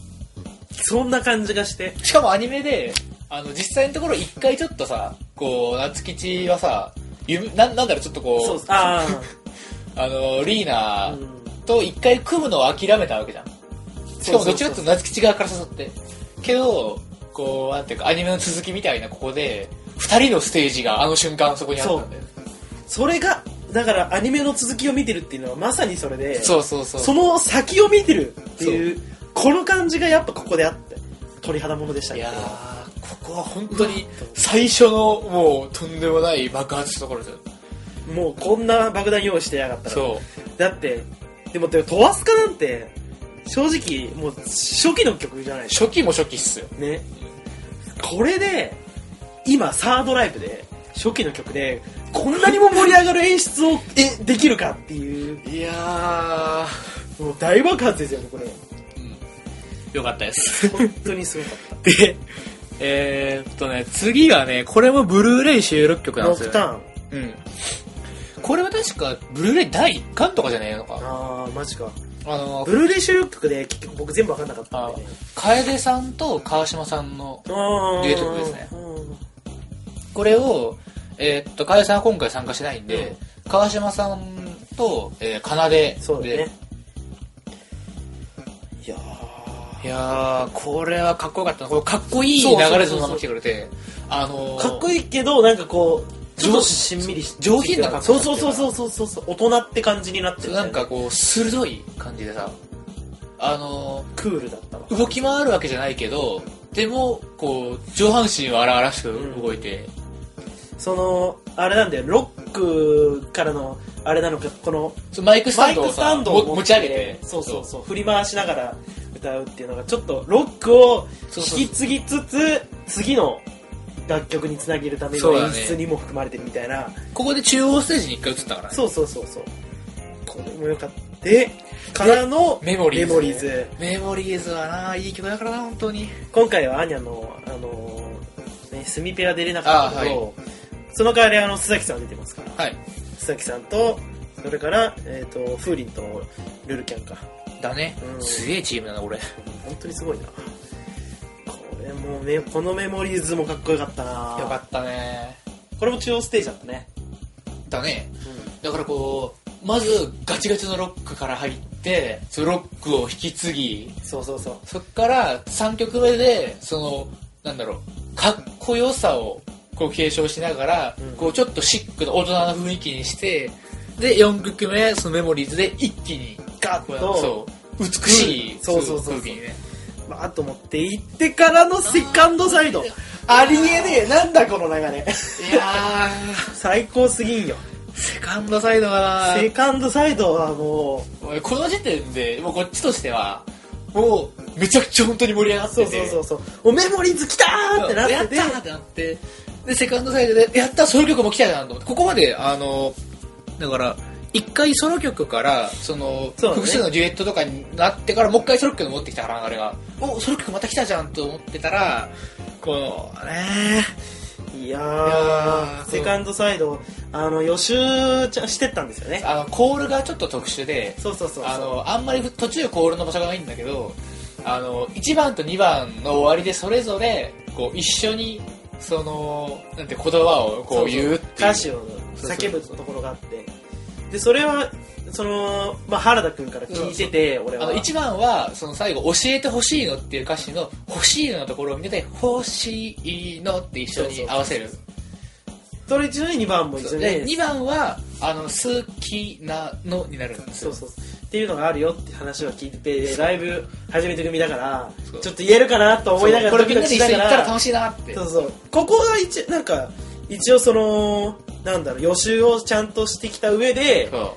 S2: そんな感じがして
S1: うしかもアニメであの実際のところ一回ちょっとさこう夏吉はさゆなんなんだろうちょっとこう
S2: そうあ
S1: あのリー
S2: あ、
S1: ナ
S2: うん
S1: と一回組むのを諦めたわけじゃんしかもどっちかっていうと夏吉側から誘ってけどこうなんていうかアニメの続きみたいなここで二人のステージがあの瞬間そこにあったんだよ
S2: それがだからアニメの続きを見てるっていうのはまさにそれで
S1: そうそうそう
S2: その先を見てるっていうこの感じがやっぱここであって鳥肌ものでした
S1: い
S2: けど
S1: やーここは本当に最初のもうとんでもない爆発したところですよ
S2: もうこんな爆弾用意してやがったら
S1: そ
S2: だってでもでもトワスカなんて正直もう初期の曲じゃないで
S1: う
S2: す
S1: 初期も初期っすよ
S2: かねこれで今サードライブで初期の曲でこんなにも盛り上がる演出をえ できるかっていう
S1: いや
S2: もう大爆発ですよねこれ
S1: ー、よかったです。
S2: 本当にすごかった
S1: で、えー、っとね、次がね、これもブルーレイ収録 曲なん
S2: ノ
S1: です
S2: ク
S1: よ。
S2: ターン
S1: うん。これは確か、ブルーレイ第1巻とかじゃねえのか。
S2: ああマジか
S1: あの
S2: ブ、ルーレイ収録曲で結局僕全部わかんなかったんで
S1: 楓さんと川島さんの、
S2: あ
S1: デュエット曲ですね
S2: うん
S1: これを、えーっと、楓さんは今回参加しないんで、川島さんと、えー、奏で、
S2: そうだ
S1: で
S2: ねいや
S1: い
S2: ー
S1: やー、これはかっこよかったな。このかっこいい流れでそのまま来てくれて、あのー、
S2: かっこいいけどなんかこうちょっと
S1: 上
S2: しんみりし
S1: 上品な格好
S2: そうそうそうそうそうそうそう大人って感じになってるね
S1: なんかこう、鋭い感じでさ、あの
S2: クールだったわ
S1: ー動き回るわけじゃないけど、でも、こう、上半身は荒々しく動いて、
S2: そのあれなんだよロックからのあれなのかこの
S1: そのマイクスタ
S2: マイ
S1: ンド
S2: ク
S1: を
S2: スタ
S1: さ、
S2: ンドを
S1: も持ち上げて、
S2: そうそうそう振り回しながら歌うっていうのがちょっとロックを
S1: そうそう
S2: 引き継ぎつつ次の楽曲につなげるため
S1: そう
S2: の
S1: だ
S2: 演
S1: ね
S2: 出にも含まれてるみたいな
S1: ここで中央ステージに一回映ったからね。
S2: そうそうそうそうこれもよかったでからの
S1: メモリーズね
S2: メモリーズ
S1: メモリーズはな、いい曲だからな、本当に。
S2: 今回はアーニャの、あのーね、スミペは出れなかったけど、その代わりあの、須崎さんは出てますから、
S1: はい。
S2: 須崎さんと、それから、えっ、と、風鈴とルルキャンか。
S1: だね
S2: う。ん
S1: すげえチームだな、俺。
S2: 本当にすごいな。これもうね、このメモリーズもかっこよかったな
S1: よかったね。
S2: これも中央ステージだったね。
S1: だね。だからこう、まずガチガチのロックから入って、そのロックを引き継ぎ、
S2: そうそうそう。
S1: そっから3曲目で、その、なんだろう、かっこよさをこう継承しながら、
S2: うん
S1: こうちょっとシックな大人な雰囲気にして、で、4曲目、そのメモリーズで一気にガッと、
S2: と
S1: そう、美しい、
S2: そうそうそうそう
S1: 空気にね。
S2: バーッと持って行ってからのセカンドサイド。ありえねえ。なんだこの流れ。
S1: いやー、
S2: 最高すぎんよ。
S1: セカンドサイドが
S2: セカンドサイドはもう、
S1: なこの時点で、もうこっちとしては、もう、めちゃくちゃ本当に盛り上がって
S2: そう
S1: て、
S2: そうそうそう。おメモリーズ来たーってな
S1: や
S2: っ
S1: ってた
S2: て、
S1: ーってなって、で、セカンドサイドで、やったーソロ曲も来たなと思って、ここまで、あの、だから、一回ソロ曲から、その、
S2: そうだね
S1: 複数のデュエットとかになってから、もう一回ソロ曲持ってきたから、流れが。お、ソロ曲また来たじゃんと思ってたら、こう、ねい
S2: いや
S1: や
S2: ー
S1: ー
S2: セカンドサイド、あの、予習ちゃしてったんですよね。
S1: あの、コールがちょっと特殊で、
S2: そうそうそうそう。
S1: あの、あんまり途中コールの場所がないんだけど、あの、1番と2番の終わりでそれぞれ、こう、一緒に、その、なんて言葉をこう言うっていう。
S2: 歌詞を叫ぶところがあって。で、それは、その、まあ、原田くんから聞いてて、俺
S1: あ
S2: は
S1: の。1番はその最後「教えてほしいの」っていう歌詞の「欲しいの」のところを見てて「欲しいの」って一緒に合わせる
S2: それ一緒に2番も一緒
S1: で
S2: に。
S1: 2番はあの「好きなの」になるんです
S2: そ
S1: よ
S2: うそうそう。っていうのがあるよって話を聞いてライブ始めて組だから
S1: そう
S2: ちょっと言えるかなと思いながら
S1: これみんなで一緒に行ったら
S2: ド
S1: 楽しいなって
S2: キドキしながらそうそうここは一なんか一応そのなんだろう予習をちゃんとしてきた上で
S1: そ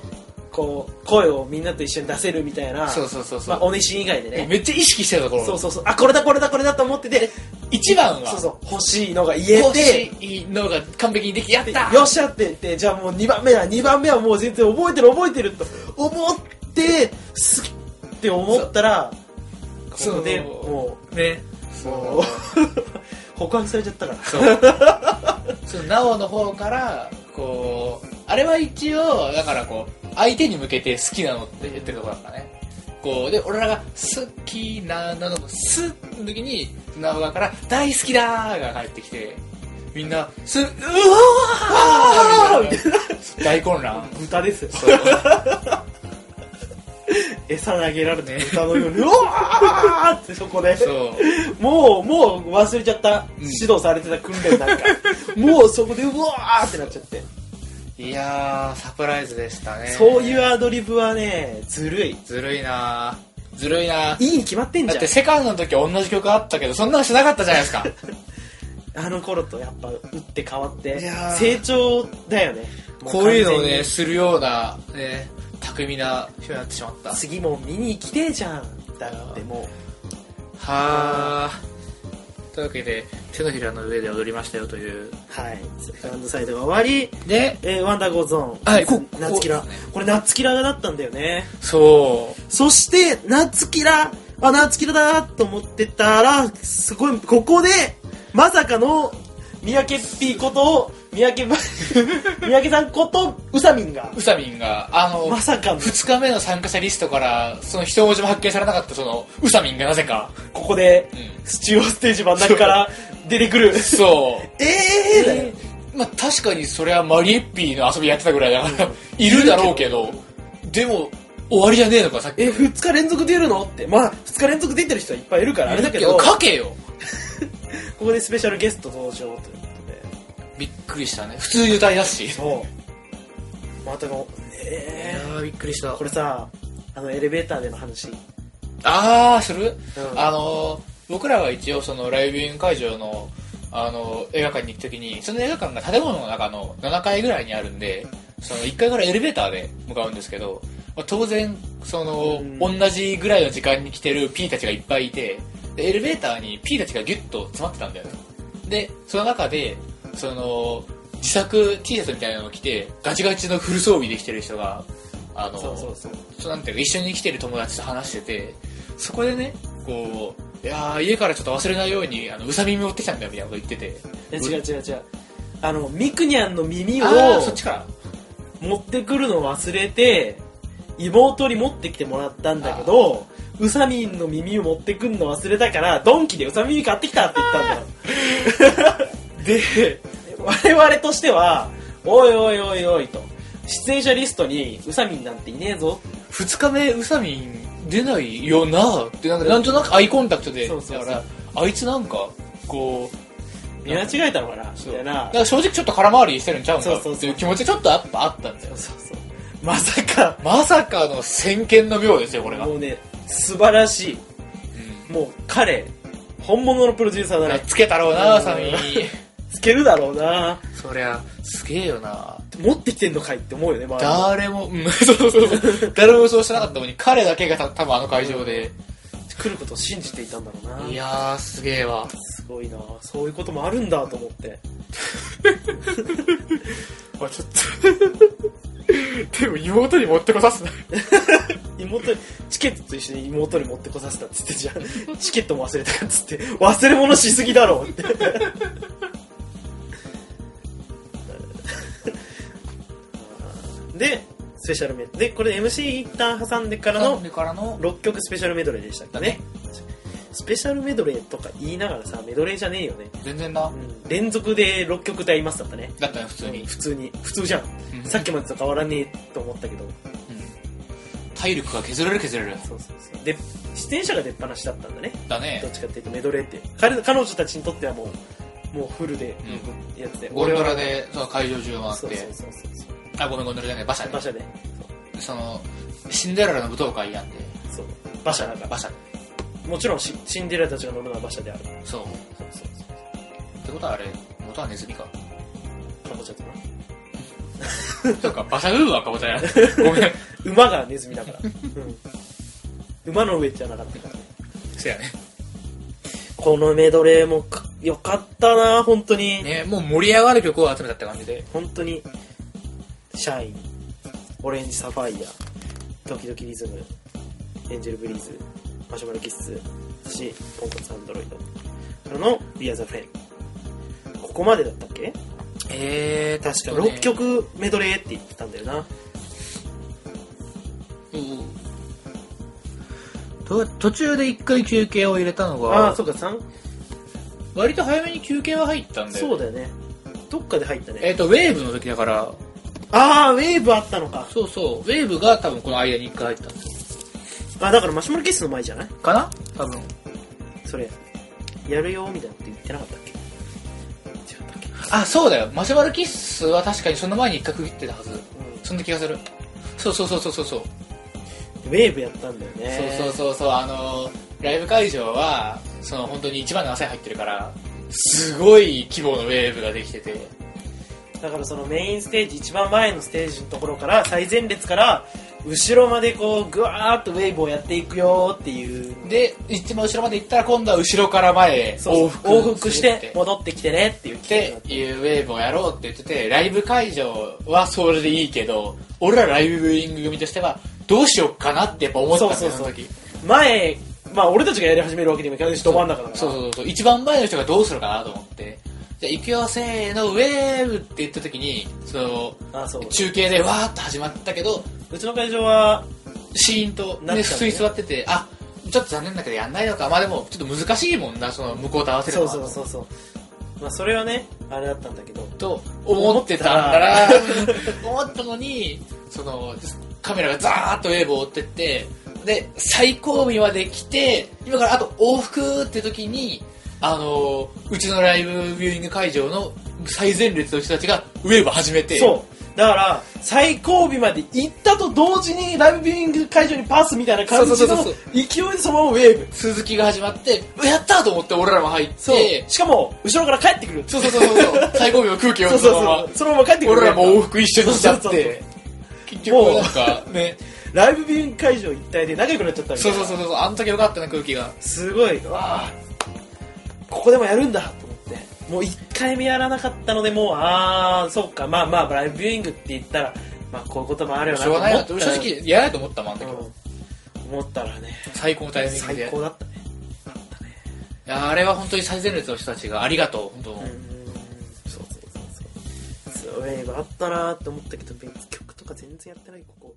S2: こう声をみんなと一緒に出せるみたいな
S1: そうそうそうそう
S2: まあ、おねしん以外でね
S1: めっちゃ意識してたところ
S2: そうそうそうあこれだこれだこれだと思ってて
S1: 一番は
S2: そうそう欲しいのが言え
S1: 欲
S2: て
S1: しいのが完璧にできやっ
S2: で
S1: た
S2: よっしゃって言ってじゃあもう2番目だ2番目はもう全然覚えてる覚えてると思ってすって思ったら
S1: そ
S2: こ
S1: う
S2: こで
S1: そう
S2: も
S1: ね
S2: う
S1: そ
S2: も
S1: う
S2: う告白されちゃ ったから
S1: そう。そうなおの方から、こう、あれは一応、だからこう、相手に向けて好きなのって言ってるとこだったね。こう、で、俺らが好きななのの、すの時に、なお側から、大好きだーが返ってきて、みんな、す、うわーみたいな大混 乱。
S2: 豚ですよ
S1: そう。
S2: 餌投げられて豚のようにうわーってそこで
S1: そう。
S2: もうもう忘れちゃった
S1: ん
S2: 指導されてた訓練なん かもうそこでうわーってなっちゃって
S1: いやー、サプライズでしたね。
S2: そういうアドリブはねずるい
S1: ずるいなー。ずるいなー。
S2: いいに決まってん
S1: だ
S2: じゃ
S1: っ
S2: ん
S1: てセカンドの時同じ曲あったけど、そんなのしなかったじゃないですか。
S2: あの頃とやっぱ打って変わって
S1: いやー
S2: 成長だよねも
S1: こういうのを
S2: 完全
S1: ね、
S2: に
S1: するような、ね、巧みな人になってしまった。
S2: 次も見に来てえじゃんだっても
S1: はー。というわけで、手のひらの上で踊りましたよという。
S2: うはいセカンドサイドが終わり
S1: で、
S2: えーワンダーゴーゾーン
S1: はいここ
S2: ナッツキラーこれナッツキラーだったんだよね
S1: そ
S2: そしてナッツキラーあナッツキラーだと思ってたらすごいここでまさかの三宅 P こと三宅ば三宅さんこと宇佐美が
S1: う、うさみんが、あの、
S2: まさかの
S1: 2日目の参加者リストから、その一文字も発見されなかった、その、うさみんがなぜか。
S2: ここで
S1: うん。
S2: 中央ステージ真ん中から出てくる。
S1: そう。
S2: ええだよ。
S1: まあ確かにそれはマリエッピーの遊びやってたぐらいだから、いるだろうけど、でも、終わりじゃねえのか、さっき
S2: え、
S1: の。
S2: 2日連続出るのって。まあ、2日連続出てる人はいっぱいいるから、あれだけど、こ
S1: 書けよ。
S2: こでスペシャルゲスト登場ということで。
S1: びっくりしたね。普通に歌い出すし。
S2: そう。またの、
S1: いや
S2: え
S1: ーびっくりした
S2: ー、これさ、あの、エレベーターでの話。
S1: ああする、
S2: うん
S1: あのー僕らは一応そのライブビューイング会場のあの映画館に行くときにその映画館が建物の中の7階ぐらいにあるんでその1階からエレベーターで向かうんですけど、まあ当然その、
S2: うん
S1: 同じぐらいの時間に来てる P たちがいっぱいいてでエレベーターに P たちがギュッと詰まってたんだよねでその中でその自作 T シャツみたいなのを着てガチガチのフル装備できてる人があの
S2: そうそうそう。
S1: そうなんていうか一緒に来てる友達と話しててそこでねこういやー家からちょっと忘れないようにあのうさ耳持ってきたんだよみたいなこと言ってて
S2: え違う違う違う。あの、ミクニャンの耳を
S1: あーそっちから
S2: 持ってくるのを忘れて、妹に持ってきてもらったんだけど、うさみんの耳を持ってくるの忘れたから、ドンキでうさみん買ってきたって言ったんだよ。
S1: で
S2: 我々としては、おいおいおいおいと、出演者リストにうさみんなんていねえぞ。
S1: 2日目うさみん出ないよなーってなんかなんとなくアイコンタクトで
S2: そうそうそう
S1: だからあいつなんかこう
S2: 見間違えたのかなみ
S1: そう
S2: たい
S1: だ
S2: な
S1: か。ら正直ちょっと空回りしてるんちゃうん
S2: そう
S1: だ
S2: そう
S1: っ
S2: そう
S1: ていう気持ちがちょっとやっぱあったんだよ
S2: そうそう。まさか、
S1: まさかの先見の妙ですよこれが、
S2: もうね、素晴らし
S1: うん
S2: い。もう彼、本物のプロデューサーだ
S1: やっ
S2: ね。
S1: つけたろうなうさみん
S2: つけるだろうな
S1: そりゃすげえよな
S2: 持ってきてんのかいって思うよね、周り
S1: 誰も、
S2: も
S1: うん、 そうそうそう。誰も予想してなかったのに、彼だけがた多分あの会場で。
S2: 来ることを信じていたんだろうない
S1: やー、すげえわ。
S2: すごいなそういうこともあるんだと思って
S1: まあちょっと。 でも妹に持ってこさすな。
S2: 妹にチケットと一緒に妹に持ってこさせたっつってじゃ あチケットも忘れたかっつって忘れ物しすぎだろうって でスペシャルメドレーでこれ MC 一旦挟んでからの
S1: からの、
S2: 6曲スペシャルメドレーでしたっけ
S1: だ
S2: ね
S1: ね。
S2: スペシャルメドレーとか言いながらさメドレーじゃねえよね、
S1: 全然な
S2: う。ん、連続で6曲歌いますだったね
S1: だったよ、普通に。
S2: 普通に普通じゃん
S1: うん
S2: さっきまでと変わらねえと思ったけど
S1: うん体力が削れる削れる。
S2: そうそうそうで出演者が出っ放しだったんだね
S1: だ
S2: どっ
S1: ね。
S2: ちかっていうとメドレーって彼彼女たちにとってはもうもうフルでやってて、
S1: ゴンド
S2: は
S1: ラで、その会場中回っ
S2: そうそう
S1: て。
S2: そうそう
S1: あ、ごめん、ゴンドラじゃない、馬車
S2: 馬
S1: ね。
S2: 車で
S1: そのシンデレラの舞踏会やんで
S2: そう馬車だから
S1: 馬車
S2: もちろんシシンデレラたちが乗るのは馬車である
S1: そう
S2: そうそうそ
S1: ってことはあれ元はネズミ か
S2: うかぼちゃとな
S1: そうか馬車ウーはかぼちゃやごめん
S2: 馬がネズミだから、うん、馬の上じゃなかったから
S1: そやね
S2: このメドレーもかよかったな本当に、
S1: ねもう盛り上がる曲を集めたって感じで
S2: 本当にシャインオレンジサファイアドキドキリズムエンジェルブリーズマシュマロキッスそしてポンコツアンドロイドからの We Are the Flame ここまでだったっけ
S1: えー、
S2: 確か6曲メドレーって言ってたんだよな
S1: うんうんと途中で一回休憩を入れたの
S2: ああ
S1: が
S2: ーそうか3
S1: 割と早めに休憩は入ったんだよ
S2: そうだよねどっかで入った
S1: え
S2: ね
S1: っ、とウェーブの時だから
S2: ああウェーブあったのか
S1: そうそうウェーブが多分この間に一回入ったんですよ
S2: あだからマシュマロキッスの前じゃない
S1: かな多分
S2: それやるよみたいなこと言ってなかったっけ違ったっけ
S1: あそうだよマシュマロキッスは確かにその前に一回区切ってたはず
S2: うん
S1: そんな気がするそうそうそうそうそうそう
S2: ウェーブやったんだよね。
S1: そうそうそうそうあのーライブ会場はその本当に1万7000入ってるからすごい規模のウェーブができてて
S2: だからそのメインステージ、一番前のステージのところから、最前列から、後ろまでこう、ぐわーっとウェーブをやっていくよーっていう。
S1: で一番後ろまで行ったら今度は後ろから前
S2: そう
S1: 往
S2: そう
S1: 復
S2: 往復し
S1: する
S2: て
S1: っ
S2: 戻ってきてねっていう
S1: てっていうウェーブをやろうって言っててライブ会場はそれでいいけど俺らライブブーイング組としてはどうしようかなってやっぱ思ったんだよ
S2: そうそうそう
S1: の時
S2: 前、まあ俺たちがやり始めるわけにもいかないし、ど真ん中だから。
S1: そうそうそうそう一番前の人がどうするかなと思ってじゃあ行くよせーのウェーブって言った時にその
S2: あそう。
S1: 中継でわーっと始まったけど
S2: うちの会場は、
S1: シーンと、
S2: なっちゃう
S1: ね、
S2: ね
S1: 普通に座っててあちょっと残念だけどやんないのかまあでもちょっと難しいもんなその向こうと合わせるの
S2: そう
S1: は
S2: そうそうそう。まあそれはね、あれだったんだけど、
S1: と思ってたから、 思ったのに、その、カメラがザーッとウェーブを追ってって、で、最後尾まで来て、今からあと往復って時に、あの、うちのライブビューイング会場の最前列の人たちがウェーブ始めて、
S2: そう。だから、最後尾まで行ったと同時に、ライブビューイング会場にパスみたいな感
S1: そ
S2: じ
S1: うそ
S2: の
S1: うそう
S2: 勢いでそのままウェーブ。
S1: 続きが始まって、うわやったーと思って俺らも入って、
S2: そう。しかも、後ろから帰ってくる。
S1: そうそうそうそう、最後尾の空気を
S2: そう
S1: その
S2: そ
S1: ま
S2: うそ
S1: ま
S2: う。、そのまま帰ってくる。
S1: 俺らも往復一緒にしちゃっ
S2: そうそうそう
S1: て、結局なんかね、
S2: ライブビューイング会場一体で仲良くなっちゃったみた
S1: そ
S2: いうな。
S1: そうそうそう、あの時よかったな空気が。
S2: すごい。わあここでもやるんだと思って。もう一回目やらなかったので、もう、あー、そうか、まあまあ、ライブビューイングって言ったら、まあこういうこともあるよな
S1: し
S2: と
S1: ょう
S2: 思
S1: が
S2: っ
S1: な
S2: た
S1: い
S2: よ
S1: なと正直やらないと思ったもんあの時は
S2: うん思ったらね、
S1: 最高のタイミングで
S2: 最高だったね。あったね。
S1: いやあれは本当に最前列の人たちがありがとう本当、
S2: うんそうそうそうそうそうウェーブあったなーって思ったけど別に曲とか全然やってないここ